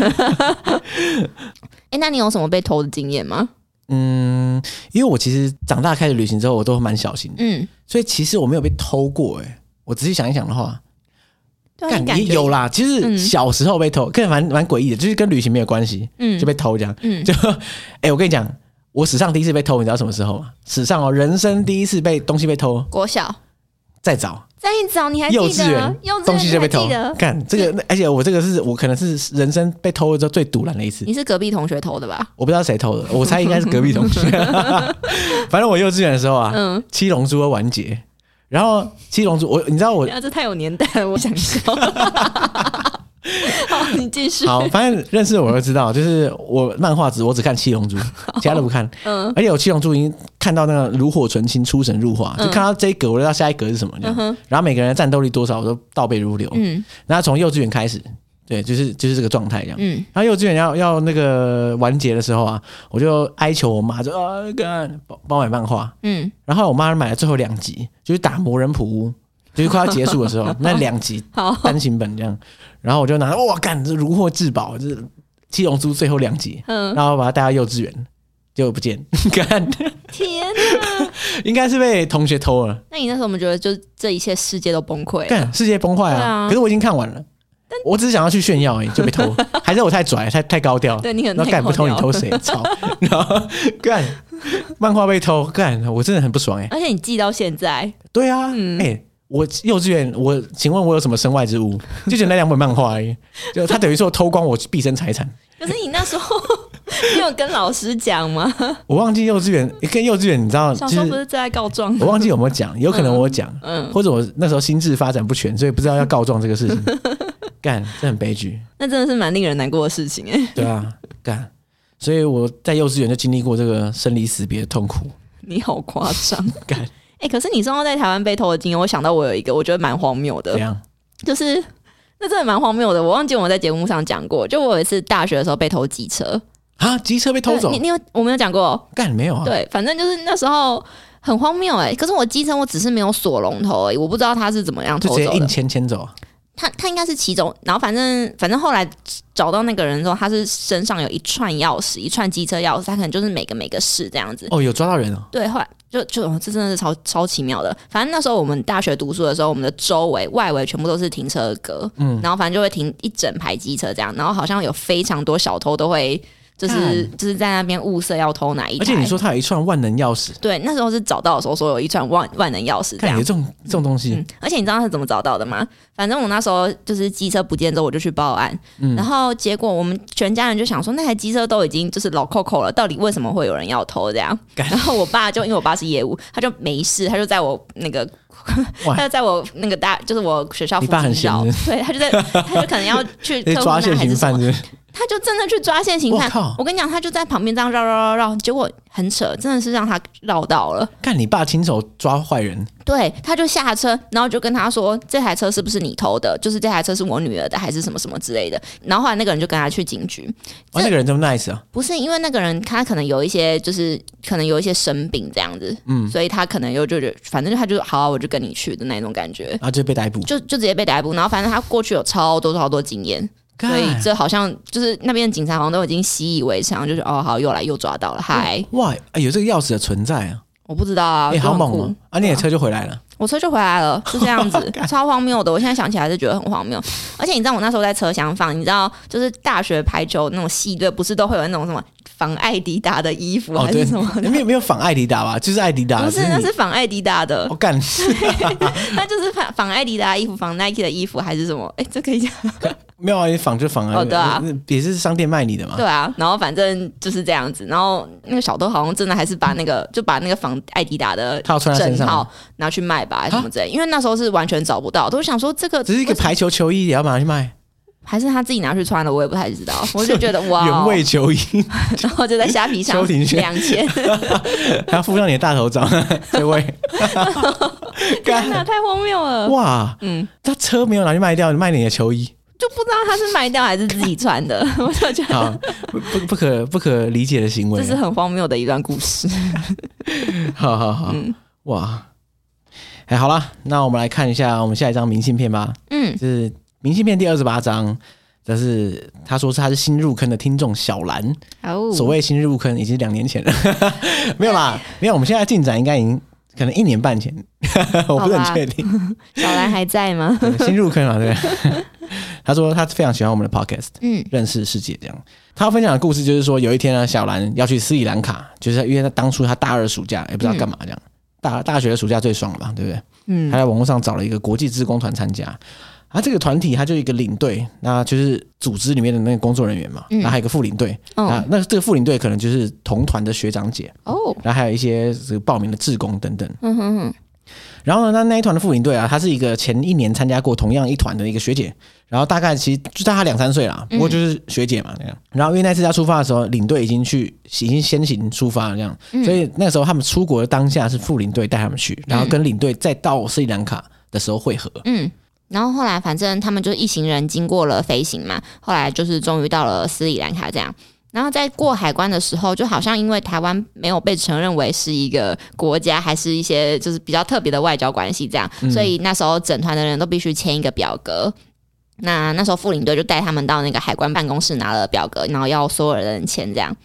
B: [LAUGHS] 哎、那你有什么被偷的经验吗？
A: 嗯，因为我其实长大开始旅行之后，我都蛮小心的，
B: 嗯，
A: 所以其实我没有被偷过、欸。哎，我仔细想一想的话，
B: 对啊，
A: 干
B: 你感
A: 也
B: 觉
A: 有，啦。其实
B: 嗯
A: 小时候被偷，可能蛮蛮诡异的，就是跟旅行没有关系，
B: 嗯
A: 就被偷这样。
B: 嗯
A: 就 [LAUGHS] 哎、我跟你讲，我史上第一次被偷，你知道什么时候吗？史上哦，人生第一次被东西被偷，
B: 国小
A: 再早
B: 在你早你还哎记
A: 幼稚
B: 得
A: 园，
B: 幼稚园
A: 东西就被偷
B: 你还记。得
A: 干这个，而且我这个是我可能是人生被偷了之后最堵然的一次。
B: 你是隔壁同学偷的吧？
A: 我不知道谁偷的，我猜应该是隔壁同
B: [LAUGHS]
A: 学。反正我幼稚园的时候啊，
B: 嗯， [LAUGHS]
A: 七龙珠》会完结，然后七龙珠》我你知道我
B: 然后啊这太有年代了，我想笑。 [LAUGHS] 好，你继续。
A: 好，反正认识我就知道，就是我漫画只我只看七龙
B: [LAUGHS]
A: 珠，其他都不看。
B: 嗯
A: 而且我七龙珠已经看到那个炉火纯青、出神入化，就
B: 嗯
A: 看到这一格，我就知道下一格是什么这样。然后每个人的战斗力多少，我都倒背如流。
B: 嗯
A: 然后从幼稚园开始，对，就是就是这个状态这样。
B: 嗯，
A: 然后幼稚园要要那个完结的时候啊，我就哀求我妈说啊，干帮帮我买漫画。
B: 嗯，
A: 然后我妈买了最后两集，就是打魔人普乌，就是快要结束的时
B: [LAUGHS]
A: 候，那两集
B: 好，
A: 单行本这样。然后我就拿，哇，干，这如获至宝，这是《七龙珠》最后两集，
B: 嗯，
A: 然后把它带到幼稚园，结果不见， [LAUGHS] 干，
B: 天哪！
A: 应该是被同学偷了，
B: [LAUGHS] 那你那时候我们觉得，就这一切世界都崩溃了。
A: 干，世界崩坏
B: 对
A: 啊！
B: 啊
A: 可是我已经看完了，我只是想要去炫耀而已，就被偷，还是我太拽，太太高调。
B: 对你可
A: 然
B: 能
A: 后
B: 太
A: 干不偷
B: 高
A: 你
B: 调
A: 偷谁？操！然后干漫画被偷，干我真的很不爽哎、
B: 而且你记到现在，
A: 对啊，哎、
B: 嗯
A: 我幼稚园，我请问我有什么身外之物？就只有那两本漫画而已，就他等于说偷光我毕生财产，
B: 可是你那时候没有跟老师
A: [LAUGHS]
B: 讲吗？
A: 我忘记幼稚园跟幼稚园，你知道，
B: 小
A: 就
B: 时候不
A: 是
B: 是最爱告状
A: 啊我忘记有没有讲，有可能我讲，
B: 嗯，
A: 或者我那时候心智发展不全，所以不知道要告状这个事情。
B: [LAUGHS]
A: 干，这很悲剧。
B: 那真的是蛮令人难过的事情哎、
A: 对啊，干。所以我在幼稚园就经历过这个生离死别的痛苦。
B: [LAUGHS] 你好夸张 [LAUGHS]
A: 干
B: 哎！可是你说到在台湾被偷的经验，我想到我有一个我觉得蛮荒谬
A: 怎
B: 的，
A: 样？
B: 就是那真的蛮荒谬的。我忘记我们在节目上讲过，就我有一次大学的时候被偷机车，
A: 啊，机车被偷走
B: 对你？你有我没有讲过？
A: 干没有啊？
B: 对，反正就是那时候很荒谬哎、可是我机车我只是没有锁龙头而欸已，我不知道他是怎么样
A: 就
B: 偷
A: 直接
B: 走
A: 硬
B: 的。
A: 牵牵走啊？
B: 他他应该是其中，然后反正反正后来找到那个人之后，他是身上有一串钥匙，一串机车钥匙，他可能就是每个每个试这样子。
A: 哦，有抓到人哦。
B: 对，后来就就、哦这真的是超超奇妙的。反正那时候我们大学读书的时候，我们的周围外围全部都是停车格，嗯，然后反正就会停一整排机车这样，然后好像有非常多小偷都会就是
A: 干
B: 就是在那边物色要偷哪一台。
A: 而且你说他有一串万能钥匙，
B: 对，那时候是找到的时候说有一串万万能钥匙这
A: 看
B: 样
A: 有。这种这种东西，
B: 嗯，而且你知道他是怎么找到的吗？反正我那时候就是机车不见之后，我就去报案，
A: 嗯
B: 然后结果我们全家人就想说，那台机车都已经就是老扣扣了，到底为什么会有人要偷这样？
A: 干
B: 然后我爸就因为我爸是业务，他就没事，他就在我那个
A: [LAUGHS] 哇，
B: 他就在我那个大就是我学校附
A: 你爸很
B: 近
A: 闲
B: 绕
A: 是，
B: 对他就在他就可能要
A: [LAUGHS]
B: 去
A: 被
B: 客户
A: 抓
B: 那
A: 现
B: 还
A: 行
B: 是什么
A: 犯是不是
B: 他就真的去抓现行
A: 我
B: 犯
A: 靠。
B: 我跟你讲，他就在旁边这样绕绕绕绕，结果很扯，真的是让他绕到了。
A: 看你爸亲手抓坏人，
B: 对，他就下车，然后就跟他说：“这台车是不是你偷的？就是这台车是我女儿的，还是什么什么之类的。”然后后来那个人就跟他去警局，
A: 哇，哦那个人这么 nice 啊！
B: 不是因为那个人他可能有一些就是可能有一些生病这样子，嗯，所以他可能又就觉得反正就他就好、啊，我就跟你去的那种感觉，
A: 然后就被逮捕，
B: 就就直接被逮捕。然后反正他过去有超多超多
A: [LAUGHS]
B: 经验，所以
A: 干
B: 这好像就是那边的警察好像都已经习以为常，就是哦好又来又抓到了，嗨，
A: 哇，哎有这个钥匙的存在啊！
B: 我不知道啊，
A: 哎、
B: 就
A: 好
B: 很
A: 猛
B: 酷
A: 哦、啊！你的车就回来了，
B: 我车就回来了，就这样
A: [LAUGHS]
B: 子，超荒谬的。我现在想起来还是觉得很荒谬。而且你知道我那时候在车厢放，你知道就是大学排球那种系队，不是都会有那种什么仿艾迪达的衣服
A: 哦
B: 还
A: 对
B: 是什么 [LAUGHS] 的？
A: 没有没有仿艾迪达吧？就是艾迪达，
B: 不
A: 只
B: 是，那
A: 你
B: 是仿艾迪达的
A: 我，
B: [LAUGHS]
A: 干，
B: 那就是仿仿艾迪达的衣服，仿 Nike 的衣服还是什么？哎、这可以讲
A: 没有啊，你仿就仿啊，
B: 哦对啊，
A: 也是商店卖你的嘛。
B: 对啊。然后反正就是这样子。然后那个小偷好像真的还是把那个就把那个仿艾迪达的
A: 他要穿在身
B: 整
A: 上
B: 套
A: 吗，啊
B: 拿去卖吧，还是什么之类。因为那时候是完全找不到，都想说这个
A: 只是一个排球球衣也要拿去卖，
B: 还是他自己拿去穿的，我也不太知道。
A: [LAUGHS]
B: 我就觉得哇，哦
A: 原味球衣
B: [LAUGHS] 然后就在虾皮上
A: 邱庭轩
B: 两
A: [LAUGHS]
B: 千，
A: 还要附上你的大头照，这位，
B: [LAUGHS] 天哪，
A: 干
B: 太荒谬了！
A: 哇，嗯，他车没有拿去卖掉，卖你的球衣，
B: 就不知道他是卖掉还是自己
A: [LAUGHS]
B: 穿的，我就觉得
A: 好，不不不可不可理解的行为啊
B: 这，是很荒谬的一段故事。
A: 好好好，哇，哎，好了，那我们来看一下我们下一张明信片吧。
B: 嗯，
A: 就是明信片第二十八张，但是他说是他是新入坑的听众小兰，
B: 哦
A: 所谓新入坑已经两年前了， [LAUGHS] 没有啦，没有，我们现在进展应该已经可能一年半前， [LAUGHS] 我不是很确定，
B: 小兰还在吗？
A: 对新入坑嘛，对。 [LAUGHS] 他说他非常喜欢我们的 podcast，
B: 嗯，
A: 认识世界这样。他分享的故事就是说，有一天呢，小兰要去斯里兰卡，就是因为他当初他大二暑假也不知道干嘛这样，大大学的暑假最爽了嘛，对不对？
B: 嗯
A: 他在网络上找了一个国际志工团参加。啊，这个团体他就有一个领队，那就是组织里面的那个工作人员嘛，
B: 嗯
A: 然后还有一个副领队，啊
B: 哦，
A: 那这个副领队可能就是同团的学长姐，
B: 哦，
A: 然后还有一些这个报名的志工等等。
B: 嗯哼哼，
A: 然后呢，那那一团的副领队啊，她是一个前一年参加过同样一团的一个学姐，然后大概其实就大她两三岁
B: 嗯
A: 啦，不过就是学姐嘛那样。然后因为那次要出发的时候，领队已经去已经先行出发了这样，
B: 嗯
A: 所以那时候他们出国的当下是副领队带他们去，然后跟领队再到斯里兰卡的时候会合。
B: 嗯。然后后来，反正他们就一行人经过了飞行嘛，后来就是终于到了斯里兰卡这样。然后在过海关的时候，就好像因为台湾没有被承认为是一个国家，还是一些就是比较特别的外交关系这样，所以那时候整团的人都必须签一个表格。那那时候副领队就带他们到那个海关办公室拿了表格，然后要所有人签这样。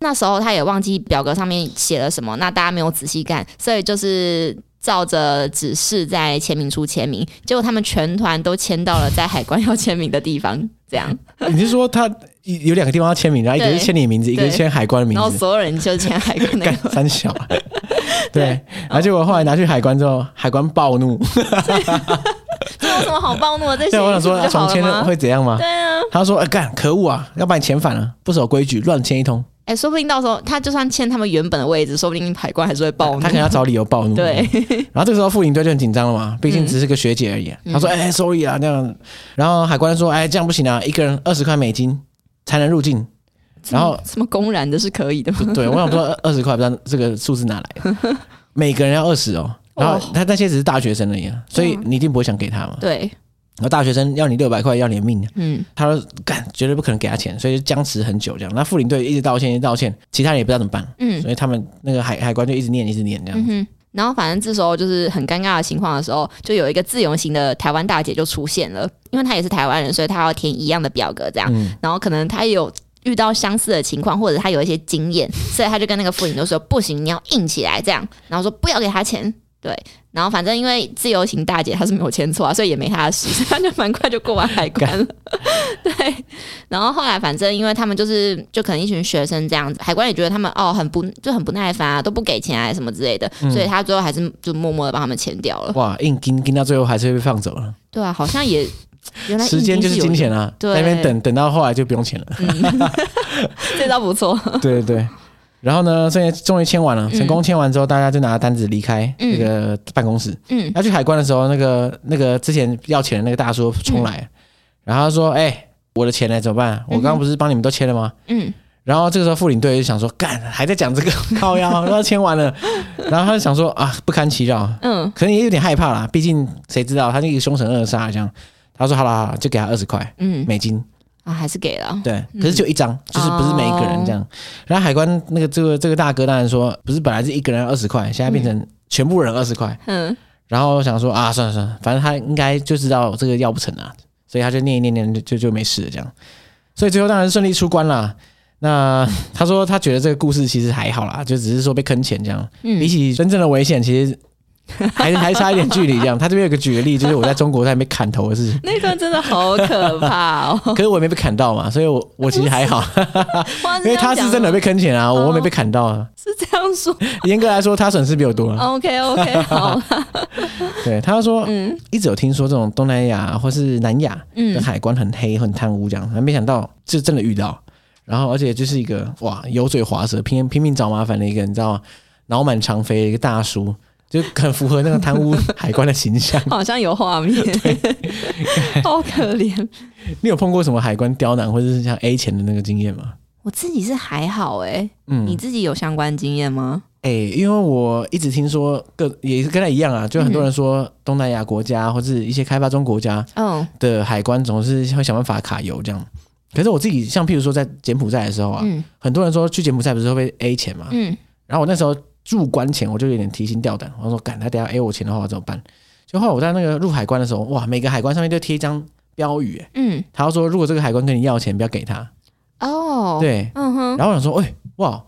B: 那时候他也忘记表格上面写了什么，那大家没有仔细看，所以就是照着指示在签名处签名。结果他们全团都签到了在海关要签名的地方，这 [LAUGHS] 样，
A: 你是说他有两个地方要签名，然后一个
B: 嗯对
A: 是签你的名字，一个是
B: 对
A: 签海关的名
B: 然后
A: 字，
B: 所有人就签海关那
A: 干。
B: 个
A: 三小。啊对，然后结果后来拿去海关之后，海关暴怒，
B: 真有什么好暴怒的？这些
A: [LAUGHS] 对，啊我想说
B: 不
A: 要
B: 就
A: 重
B: 好了
A: 签了
B: 吗？
A: 会怎样吗？
B: 对啊，
A: 他说：“哎、干，可恶啊，要把你遣返了，不守规矩，乱签一通。
B: 哎、说不定到时候他就算欠他们原本的位置，说不定海关还是会暴怒。
A: 他可能要找理由暴怒。
B: [LAUGHS] 对，啊嗯
A: 然后这个时候，副领队就很紧张了嘛，毕竟只是个学姐而已。他说：‘哎、s o r r y 啊，那样。’然后海关说：‘哎，这样不行啊，一个人二十块美金才能入境。’然
B: [LAUGHS]
A: 后
B: 什么公然的是可以的吗？
A: 对，我想说二十块，不知道这个数字哪来的，
B: [LAUGHS]
A: 每个人要二十哦。然后
B: 哦嗯
A: 他那些只是大学生而已啊，所以你一定不会想给他嘛。
B: 对，
A: 然后大学生要你六百块，要你的命，啊
B: 嗯，
A: 他说干，绝对不可能给他钱，所以就僵持很久这样。那副领队一直道歉，一直道歉，其他人也不知道怎么办，
B: 嗯
A: 所以他们那个海海关就一直念，一直念这样。
B: 嗯哼。然后反正这时候就是很尴尬的情况的时候，就有一个自由行的台湾大姐就出现了，因为她也是台湾人，所以她要填一样的表格这样。
A: 嗯
B: 然后可能她也有遇到相似的情况，或者她有一些经验， [LAUGHS] 所以她就跟那个妇女就说：“不行，你要硬起来这样。”然后说不要给她钱。对，然后反正因为自由行大姐她是没有签错啊，所以也没她的事， [LAUGHS] 所以她就蛮快就过
A: [LAUGHS]
B: 完海关了。对，然后后来反正因为他们就是就可能一群学生这样子，海关也觉得他们哦很不就很不耐烦啊，都不给钱啊什么之类的，
A: 嗯
B: 所以他最后还是就默默的帮他们签掉了。
A: 哇，硬盯盯到最后还是会被放走了，
B: 对啊，好像也原来
A: 时间就是金钱
B: 啊，
A: 啊，
B: 对
A: 在那边等等到后来就不用钱了。
B: [LAUGHS] 这招不
A: [LAUGHS]
B: 错。
A: 对对对。然后呢，所以终于签完了，成功签完之后，大家就拿单子离开
B: 嗯
A: 那个办公室。
B: 嗯，
A: 要去海关的时候，那个那个之前要钱的那个大叔冲来，
B: 嗯
A: 然后他说：“哎、我的钱呢？怎么办？我刚刚不是帮你们都签了吗？”
B: 嗯，
A: 然后这个时候副领队就想说：“干，还在讲这个 [LAUGHS] 靠腰，然后签完了。”然后他就想说：“啊，不堪其扰。”
B: 嗯，
A: 可能也有点害怕啦，毕竟谁知道他那个凶神恶煞这样。他说：“好啦好啦，就给他二十块
B: 嗯
A: 美金。
B: 啊，还是给了。
A: 对，可是就一张，就是不是每一个人这样。然后海关那个这个这个大哥当然说，不是本来是一个人二十块，现在变成全部人二十块。
B: 嗯，
A: 然后想说啊，算了算了，反正他应该就知道这个要不成啊，所以他就念一念念就就就没事了这样。所以最后当然顺利出关啦。那 [LAUGHS] 他说他觉得这个故事其实还好啦，就只是说被坑钱这样，
B: 嗯
A: 比起真正的危险，其实还还差一点距离这样。他这边有个举个例，就是我在中国在那边砍头的事情，
B: 那个真的好可怕哦！ [LAUGHS]
A: 可是我也没被砍到嘛，所以我我其实还好，
B: 哇
A: 因为他是真的被坑钱啊，我
B: 哦
A: 没被砍到啊。
B: 是这样说。
A: 严格来说，他损失比我多啊了。
B: OK [LAUGHS] OK，好，
A: 对，他说
B: 嗯
A: 一直有听说这种东南亚或是南亚，跟
B: 嗯，
A: 海关很黑很贪污这样，没想到就真的遇到，然后而且就是一个哇油嘴滑舌拼拼命找麻烦的一个，你知道吗？脑满肠肥的一个大叔，就很符合那个贪污海关的形
B: [LAUGHS]
A: 象。
B: 好像有画面， [LAUGHS] 好可怜。
A: 你有碰过什么海关刁难或者是像 A 钱的那个经验吗？
B: 我自己是还好哎、
A: 嗯，
B: 你自己有相关经验吗？
A: 哎、因为我一直听说各也是跟他一样啊，就很多人说东南亚国家或是一些开发中国家
B: 嗯
A: 的海关总是会想办法卡油这样。可是我自己像譬如说在柬埔寨的时候啊，
B: 嗯
A: 很多人说去柬埔寨不是会被 A 钱嘛，
B: 嗯
A: 然后我那时候入关前我就有点提心吊胆，我说：“赶他等一下 A 我钱的话我怎么办？”就后来我在那个入海关的时候，哇，每个海关上面都贴一张标语，欸
B: 嗯，
A: 他说如果这个海关跟你要钱，不要给他。
B: 哦，，
A: 对，
B: 嗯哼，
A: 然后我想说，哎、哇，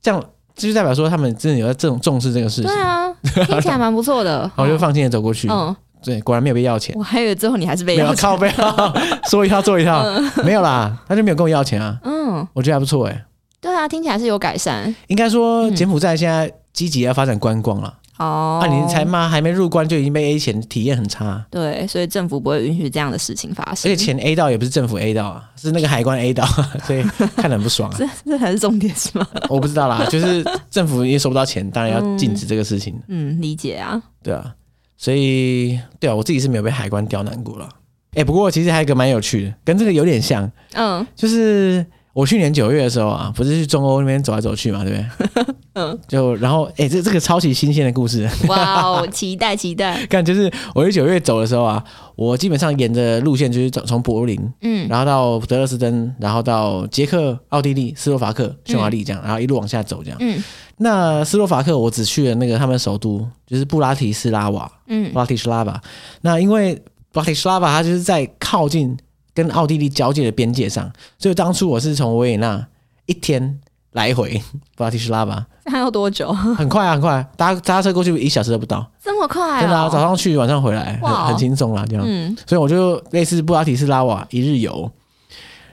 A: 这样这就代表说他们真的有在重重视这个事情，
B: 对
A: 然
B: 啊，听起来蛮不错 [LAUGHS] 的。
A: 后我就放心的走过去。
B: 嗯，
A: 对，果然没有被要钱，
B: 我还以为最后你还是被
A: 没有
B: 要钱。
A: 靠背， [LAUGHS] 说一套做一套，没有啦，他就没有跟我要钱啊，
B: [LAUGHS] 嗯，
A: 我觉得还不错哎、欸嗯
B: 对啊，听起来是有改善。
A: 应该说柬埔寨现在积极要发展观光了，
B: 哦，
A: 啊，你才妈还没入关就已经被 A 钱，体验很差啊、
B: 对，所以政府不会允许这样的事情发
A: 而
B: 生。
A: 且钱 A 到也不是政府 A 到啊，是那个海关 A 到啊， [LAUGHS] 所以看得很不爽 [LAUGHS] 啊。
B: 这这才是重点是吗？
A: 我不知道啦，就是政府也收不到钱，当然要禁止这个事情，
B: 嗯，理解啊。
A: 对啊。所以，对啊，我自己是没有被海关刁难过了。哎、不过其实还有一个蛮有趣的，跟这个有点像，
B: 嗯
A: 就是我去年九月的时候啊，不是去中欧那边走来走去嘛，对不对？ [LAUGHS]
B: 嗯，
A: 就然后，哎、这这个超级新鲜的故事，
B: 哇哦，期待
A: [LAUGHS]
B: 期待。
A: 看就是我去九月走的时候啊，我基本上沿着路线就是从从柏林
B: 嗯
A: 然后到德勒斯登，然后到捷克、奥地利、斯洛伐克、匈牙利这样，然后一路往下走这样。
B: 嗯
A: 那斯洛伐克我只去了那个他们首都，就是布拉提斯拉瓦
B: 嗯
A: 布拉提斯拉瓦。那因为布拉提斯拉瓦它就是在靠近跟奥地利交界的边界上，所以当初我是从维也纳一天来回布拉提斯拉瓦，
B: 这还要
A: [LAUGHS]
B: 多久？
A: 很快啊，很快啊、搭搭车过去一小时都不到，
B: 这么快、哦？
A: 真的啊，早上去晚上回来，很
B: 哇哦
A: 很轻松啦，这样。
B: 嗯
A: 所以我就类似布拉提斯拉瓦一日游。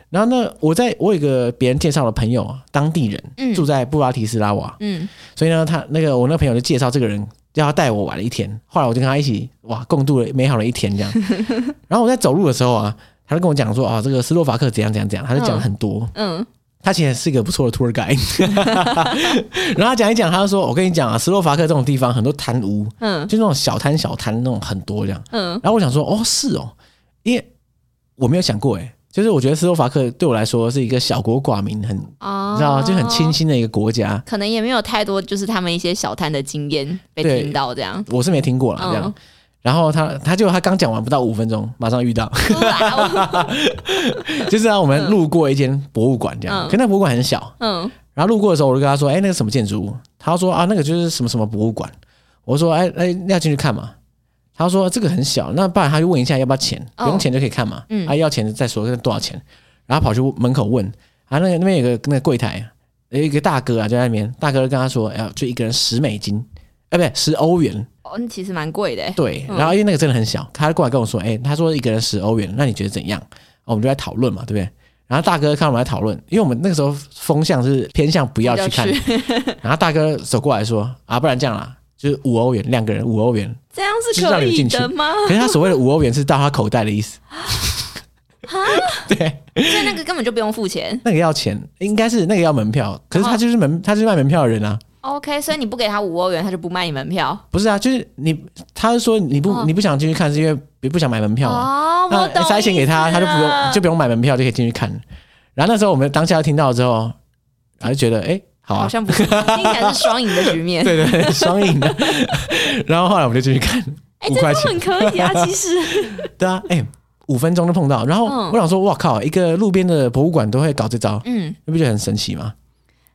A: 然后呢，我在我有一个别人介绍的朋友啊，当地人
B: 嗯
A: 住在布拉提斯拉瓦，
B: 嗯
A: 所以呢，他那个我那个朋友就介绍这个人要他带我玩了一天。后来我就跟他一起哇，共度了美好的一天这
B: [LAUGHS]
A: 样。然后我在走路的时候啊，他就跟我讲说啊，这个斯洛伐克怎样怎样怎样，他就讲了很多。
B: 嗯，
A: 他其实是一个不错的 tour guide，然后他讲一讲，他就说：“我跟你讲啊，斯洛伐克这种地方很多贪污，
B: 嗯
A: 就那种小摊小摊那种很多这样。”
B: 嗯，
A: 然后我想说，哦，是哦，因为我没有想过，哎，就是我觉得斯洛伐克对我来说是一个小国寡民，很你
B: 哦，
A: 知道吗？就很清，新的一个国家，
B: 可能也没有太多就是他们一些小摊的经验被
A: 对
B: 听到这样。
A: 我是没听过啦，这样
B: 嗯。
A: 然后他他就他刚讲完不到五分钟，马上遇到， [LAUGHS]
B: 哇哦
A: 就是啊，我们路过一间博物馆这样，
B: 嗯
A: 可那博物馆很小， [LAUGHS]
B: 嗯
A: 然后路过的时候我就跟他说，哎，那个什么建筑物？他说啊，那个就是什么什么博物馆。我说，哎哎，那要进去看嘛？他说这个很小，那不然他就问一下要不要钱，不
B: 哦
A: 用钱就可以看嘛。
B: 嗯
A: 啊，要钱再说，那多少钱？然后跑去门口问，啊，那个那边有个那个柜台，有一个大哥啊就在那边，大哥跟他说，哎呀，就一个人十美金，哎，不对，十欧元。
B: 哦，那其实蛮贵的欸。
A: 对，
B: 嗯
A: 然后因为那个真的很小，他就过来跟我说，哎，他说一个人十欧元，那你觉得怎样？哦我们就在讨论嘛，对不对？然后大哥看我们在讨论，因为我们那个时候风向是偏向不要去看，然后大哥走过来说：“啊，不然这样啦，就是五欧元，两个人五欧元。
B: 这样
A: 就是让
B: 可
A: 你
B: 以
A: 进去
B: 的吗？
A: 可是他所谓的五欧元是到他口袋的意思，
B: 所以那个根本就不用付钱。
A: 那个要钱，应该是那个要门票。可是他就是门，他就是卖门票的人啊，
B: OK，所以你不给他五欧元，他就不卖你门票。
A: 不是啊，就是你，他是说你不、
B: 哦
A: 你不想进去看，是因为你不想买门票啊。
B: 哦，
A: [LAUGHS] 那
B: 我懂。
A: 塞钱给他，他就不用就不用买门票就可以进去看。然后那时候我们当下听到之后，然后就觉得哎、好啊
B: 好，像不是，听起来是双赢的局面。
A: [LAUGHS]
B: [LAUGHS]
A: 对对对，双赢的。 [LAUGHS] 然后后来我们就进去看，
B: 哎，
A: 五
B: 这
A: 块
B: 都
A: 钱，
B: 很可以 [LAUGHS] 啊，其实。
A: 对啊，哎、五分钟就碰到。然后
B: 嗯
A: 我想说，哇靠，一个路边的博物馆都会搞这招，
B: 嗯，
A: 你不觉得很神奇吗？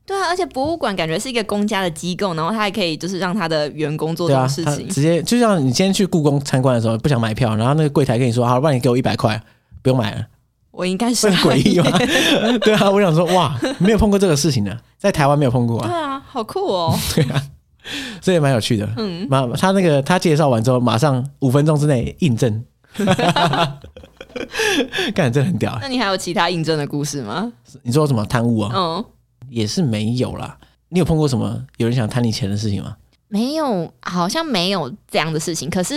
B: 对啊，而且博物馆感觉是一个公家的机构，然后他还可以就是让他的员工做
A: 对
B: 这
A: 啊
B: 种事，
A: 他
B: 情。
A: 直接就像你今天去故宫参观的时候，不想买票，然后那个柜台跟你说，好，不然你给我一百块，不用买了， [LAUGHS]
B: 我应该是
A: 这很诡异吗？ [LAUGHS] 对啊，我想说，哇，没有碰过这个事情呢，在台湾没有碰过
B: 对
A: 啊，
B: 啊，好酷哦。
A: 这也蛮有趣的。 [LAUGHS]
B: 嗯，
A: 马他那个他介绍完之后，马上五分钟之内印证， [LAUGHS] 干这很屌欸、
B: 那你还有其他印证的故事吗？
A: 你说什么贪污啊？
B: 嗯，
A: 也是没有啦。你有碰过什么有人想贪你钱的事情吗？
B: 没有，好像没有这样的事情。可是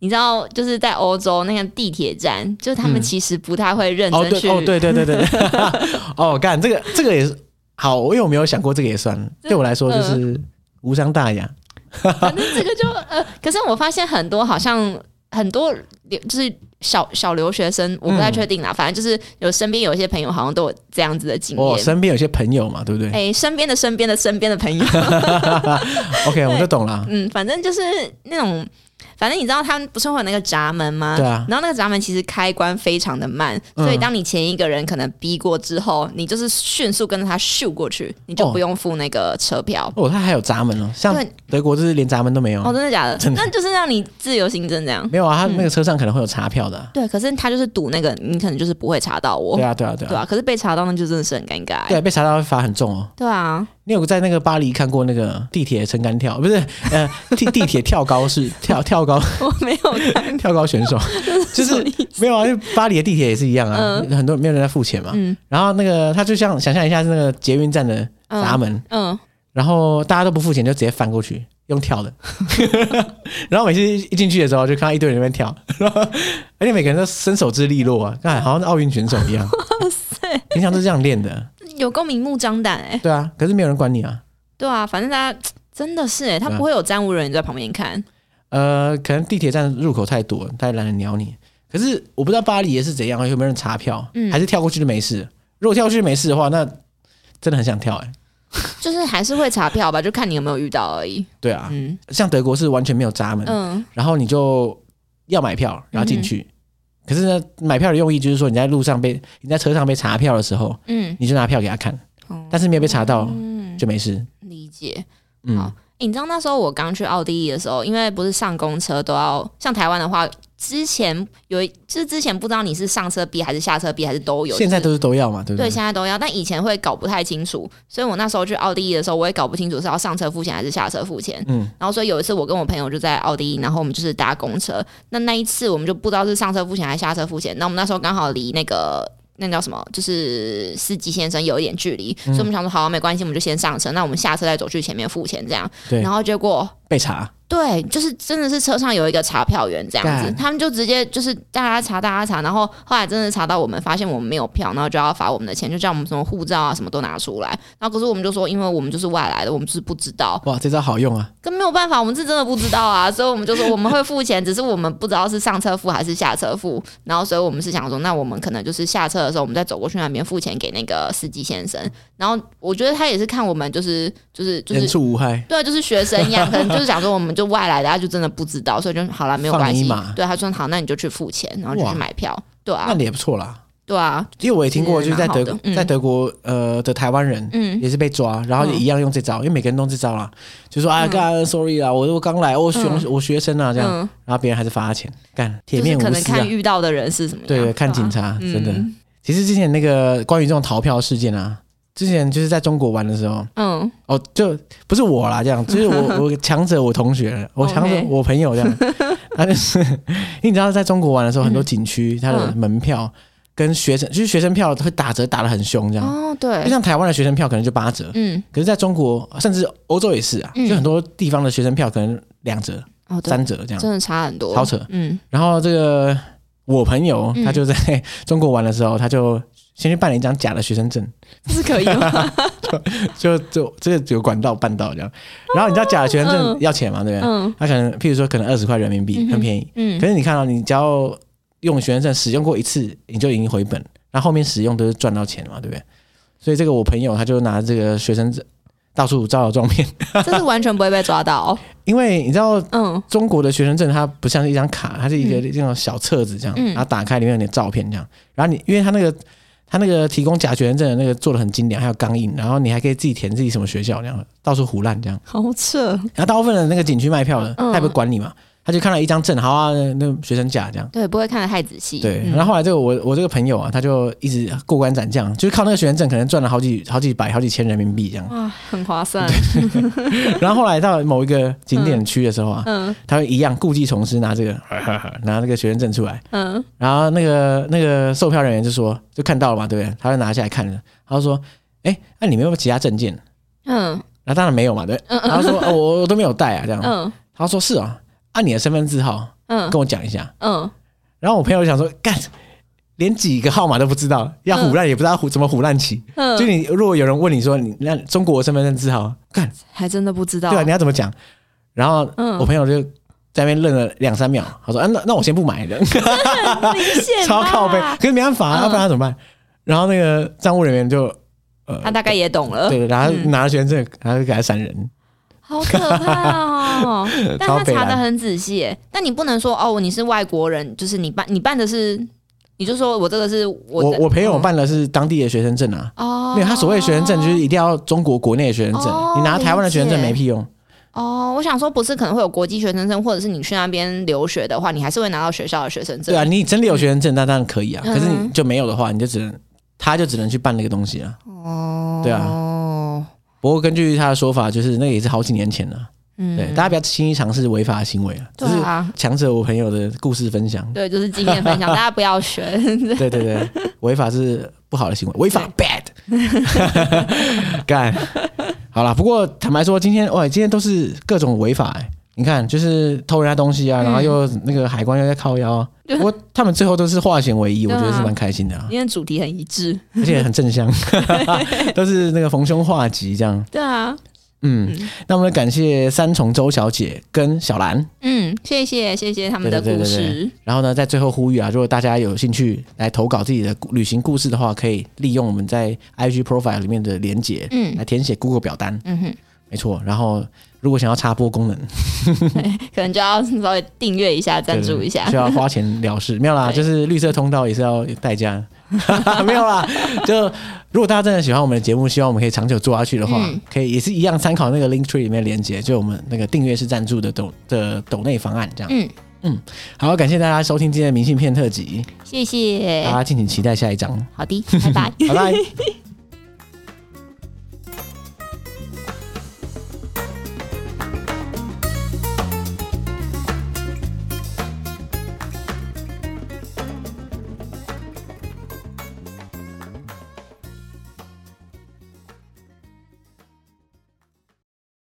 B: 你知道，就是在欧洲那个地铁站，就是他们
A: 嗯
B: 其实不太会认
A: 哦，
B: 真
A: 对
B: 去，，
A: 哦，对对对对， [LAUGHS] 哦，干这个这个也是好，因为我没有想过这个也算，对我来说就是
B: 嗯
A: 无伤大雅。
B: 反正这个就呃，可是我发现很多好像很多留就是小小留学生，我不太确定啦，反正就是有身边有一些朋友好像都有这样子的经
A: 我、哦
B: 验。
A: 身边有些朋友嘛，对不对、
B: 哎、身边的身边的身边的
A: [LAUGHS]
B: 朋友，
A: o k 我就懂了。
B: 嗯，反正就是那种，反正你知道他们不是会有那个闸门吗？
A: 对啊
B: 然后那个闸门其实开关非常的慢，
A: 嗯
B: 所以当你前一个人可能逼过之后，你就是迅速跟着他咻过去，你就
A: 哦
B: 不用付那个车票。
A: 哦，他还有闸门哦，像
B: 对
A: 德国就是连闸门都没有，
B: 哦，真的嗯假的？
A: 真的
B: 那就是让你自由行政这样。
A: 没有啊，他那个车上可能会有查票的啊、
B: 对，可是他就是赌那个，你可能就是不会查到我，
A: 对啊，对啊，对
B: 对
A: 啊，
B: 啊，可是被查到那就真的是很尴尬、欸
A: 对啊，被查到会罚很重哦。
B: 对啊，
A: 你有在那个巴黎看过那个地铁撑杆跳，不是呃地地铁跳高是 [LAUGHS] 跳跳高
B: 我没
A: [LAUGHS]
B: 有看，
A: 跳高
B: [LAUGHS]
A: 选手，就
B: 什么
A: 是
B: 意
A: 没有啊，因为巴黎的地铁也是一样啊，很多没有人在付钱嘛。
B: 嗯
A: 然后那个他就像想象一下是那个捷运站的闸门，
B: 嗯，
A: 然后大家都不付钱就直接翻过去用跳
B: [LAUGHS]
A: 的，然后每次一进去的时候就看到一堆人在那边跳，然后而且每个人都身手之利落啊，看好像是奥运选手一
B: [LAUGHS]
A: 样。平常都是这样练的，
B: 有够明目张胆哎、
A: 对啊，可是没有人管你啊。
B: 对啊，反正大家真的是哎、他
A: 对啊
B: 不会有站务人员在旁边看，
A: 呃，可能地铁站入口太多，他也懒得鸟你。可是我不知道巴黎也是怎样，有没有人查票，
B: 嗯
A: 还是跳过去就没事？如果跳过去没事的话，那真的很想跳哎、
B: 就是还是会查票吧，就看你有没有遇到而已。
A: 对啊，
B: 嗯
A: 像德国是完全没有闸门，
B: 嗯
A: 然后你就要买票，然后进去。可是呢，买票的用意就是说，你在路上被你在车上被查票的时候，
B: 嗯，
A: 你就拿票给他看，
B: 哦
A: 但是没有被查到
B: 嗯，
A: 就没事。
B: 理解。好
A: 嗯，
B: 欸你知道那时候我刚去奥地利的时候，因为不是上公车都要像台湾的话，之前有一就是之前不知道你是上车逼还是下车逼还是都有，
A: 现在
B: 就是
A: 都是都要嘛，对不
B: 对，现在都要，但以前会搞不太清楚，所以我那时候去奥地利的时候，我也搞不清楚是要上车付钱还是下车付钱。
A: 嗯，
B: 然后所以有一次我跟我朋友就在奥地利，然后我们就是搭公车，那那一次我们就不知道是上车付钱还是下车付钱。那我们那时候刚好离那个那叫什么，就是司机先生有一点距离，所以
A: 嗯
B: 我们想说好、没关系，我们就先上车，那我们下车再走去前面付钱这样。
A: 对
B: 然后结果
A: 被查，
B: 对，就是真的是车上有一个查票员这样子
A: 干，
B: 他们就直接就是大家查大家查，然后后来真的查到我们，发现我们没有票，然后就要罚我们的钱，就叫我们什么护照啊什么都拿出来。然后可是我们就说，因为我们就是外来的，我们就是不知道，
A: 哇，这招好用啊！
B: 跟没有办法，我们是真的不知道啊，所以我们就说我们会付钱，只是我们不知道是上车付还是下车付。然后所以我们是想说，那我们可能就是下车的时候，我们再走过去那边付钱给那个司机先生。然后我觉得他也是看我们就是就是就是
A: 人畜无害，
B: 对，啊就是学生一样，可能就是想说我们就外来的，他就真的不知道，所以就好了，没有
A: 放
B: 关
A: 你一
B: 系
A: 马。
B: 对，他说好，那你就去付钱，然后就
A: 哇
B: 去买票。对
A: 那
B: 啊，
A: 你也不错啦。
B: 对啊，
A: 因为我也听过，
B: 其
A: 就是
B: 实
A: 在
B: 蛮
A: 德
B: 好的
A: 国，
B: 嗯
A: 在德国呃的台湾人，
B: 嗯，
A: 也是被抓，然后也一样用这招，因为每个人都这招啦，就说啊，干，sorry 啦，我我刚来，哦我学
B: 嗯
A: 我学生啊，这样，
B: 嗯，
A: 然后别人还是罚他钱，干，铁
B: 就是
A: 面
B: 可
A: 无
B: 能
A: 私啊
B: 看，遇到的人是什么样，
A: 对，看警
B: 察，
A: 察，真的。
B: 嗯
A: 其实之前那个关于这种逃票事件啊，之前就是在中国玩的时候，
B: 嗯，
A: 哦，就不是我啦，这
B: [LAUGHS]
A: 样，就是我我强者我同学，我强者
B: OK
A: 我朋友这
B: [LAUGHS]
A: 样，他就是，因为你知道在中国玩的时候，很多景区它的
B: 嗯
A: 门票跟学生，就是学生票会打折打得很凶，这样，
B: 哦，
A: 就
B: 对，
A: 像台湾的学生票可能就八折，
B: 嗯，
A: 可是在中国甚至欧洲也是啊，
B: 嗯
A: 就很多地方的学生票可能两折、
B: 哦，对，
A: 三折这样。
B: 真的差很多，
A: 超扯
B: 嗯，
A: 然后这个我朋友
B: 嗯
A: 他就在 [LAUGHS] 中国玩的时候，他就先去办了一张假的学生证， [LAUGHS]
B: 这是可以吗？
A: 就就这个有管道办到这样。然后你知道假的学生证
B: 嗯
A: 要钱嘛，对不对？
B: 嗯
A: 他可能譬如说可能二十块人民币，
B: 嗯哼
A: 很便宜。
B: 嗯
A: 可，是你看到你只要用学生证使用过一次，你就已经回本，然后后面使用都是赚到钱嘛，对不对？所以这个我朋友他就拿这个学生证到处招摇撞骗，
B: 这是完全不会被抓到，
A: [LAUGHS] 因为你知道
B: 嗯
A: 中国的学生证它不像是一张卡，它是一个这种小册子这样，
B: 嗯
A: 然后打开里面有你的照片这样，然后你因为它那个它那个提供假学生证的那个做的很精良，还有钢印，然后你还可以自己填自己什么学校这样，到处胡乱这样，
B: 好
A: [LAUGHS]
B: 扯，
A: 然后大部分的那个景区卖票的，
B: 嗯
A: 他也不管你嘛，他就看到一张证，好啊，那那学生假这样。
B: 对，不会看得太仔细，
A: 对，
B: 嗯
A: 然后后来这个我我这个朋友啊，他就一直过关斩将，就是靠那个学生证可能赚了好几好几百好几千人民币这样。
B: 哇，很划算，
A: 然后后来到某一个景点区的时候啊，
B: 嗯
A: 他会一样故技重施，拿这个 [LAUGHS] 拿那个学生证出来，
B: 嗯，
A: 然后那个那个售票人员就说，就看到了嘛，对不对？他就拿下来看了，他就说：“哎，那、你们有没有其他证件？”
B: 嗯
A: 然后当然没有嘛，对不对。然后说：“哦，我我都没有带啊，这样。
B: 嗯
A: 他说：“是啊，按、你的身份字号
B: 嗯
A: 跟我讲一下。
B: 嗯，”
A: 然后我朋友就想说：“干，连几个号码都不知道，要胡乱也不知道胡怎么胡乱起。
B: 嗯
A: 就你如果有人问你说你那中国的身份证字号，干
B: 还真的不知道。
A: 对啊，你要怎么讲？”然后
B: 嗯
A: 我朋友就在那边愣了两三秒，他说：“啊，那那我先不买了。”
B: 明
A: [LAUGHS]
B: 显
A: 超
B: 吧
A: 靠背，可是没办法、啊，
B: 啊嗯
A: 要不然他怎么办？然后那个账务人员就呃，
B: 他大概也懂了，
A: 对，然后
B: 嗯
A: 拿着学生证，然后就给他闪人，
B: 好可怕
A: [LAUGHS]
B: 哦！但
A: 超
B: 他
A: 北
B: 查的
A: 蓝。
B: 很仔细耶，但你不能说哦，你是外国人，就是你办你办的是，你就说我这个是我哦
A: 我
B: 的
A: 我朋友办的是当地的学生证啊，
B: 哦，
A: 没有他所谓学生证就是一定要中国国内的学生证，
B: 哦
A: 你拿台湾的学生证
B: 理解
A: 没屁用。
B: 哦，我想说不是可能会有国际学生证，或者是你去那边留学的话，你还是会拿到学校的学生证。
A: 对啊，你真的有学生证，那当然可以啊。
B: 嗯
A: 可是你就没有的话，你就只能他就只能去办那个东西啊。
B: 哦，
A: 对
B: 啊，
A: 不过根据他的说法，就是那个也是好几年前了。
B: 嗯，
A: 对，大家不要轻易尝试违法的行为啊。这
B: 对
A: 是
B: 啊，
A: 强者我朋友的故事分享。
B: 对，就是经验分
A: [LAUGHS]
B: 享，大家不要学。
A: 对对对，违法是不好的行为，违法 bad，干。 [LAUGHS] 好啦，不过坦白说，今天哇，今天都是各种违法、欸。你看，就是偷人家东西
B: 嗯
A: 啊，然后又那个海关又在靠腰啊，不过他们最后都是化险为夷，我
B: 对啊
A: 觉得是蛮开心的啊，
B: 今天主题很一致，
A: [LAUGHS] 而且很正向，都是那个逢凶化吉这样。[LAUGHS]
B: 对啊，
A: 嗯，那我们感谢三重周小姐跟小兰，
B: 嗯，谢谢谢谢他们的
A: 对对
B: 故
A: 对对
B: 事，
A: 然后呢，在最后呼吁啊，如果大家有兴趣来投稿自己的旅行故事的话，可以利用我们在 IG profile 里面的连结，
B: 嗯
A: 来填写 Google 表单，
B: 嗯哼。
A: 没错。然后如果想要插播功能，
B: 可能就要稍微订阅一下，赞助一下
A: 对对对。需要花钱了事，没有啦，
B: 对
A: 就是绿色通道也是要有代价， [LAUGHS] 没有啦。就如果大家真的喜欢我们的节目，希望我们可以长久做下去的话，
B: 嗯
A: 可以也是一样参考那个 Link Tree 里面的连接，就我们那个订阅式赞助的抖的抖内方案这样。
B: 嗯
A: 嗯，好，感谢大家收听今天的明信片特辑，
B: 谢谢
A: 大，家敬请期待下一章， [LAUGHS]
B: 好的，拜拜。
A: 拜拜。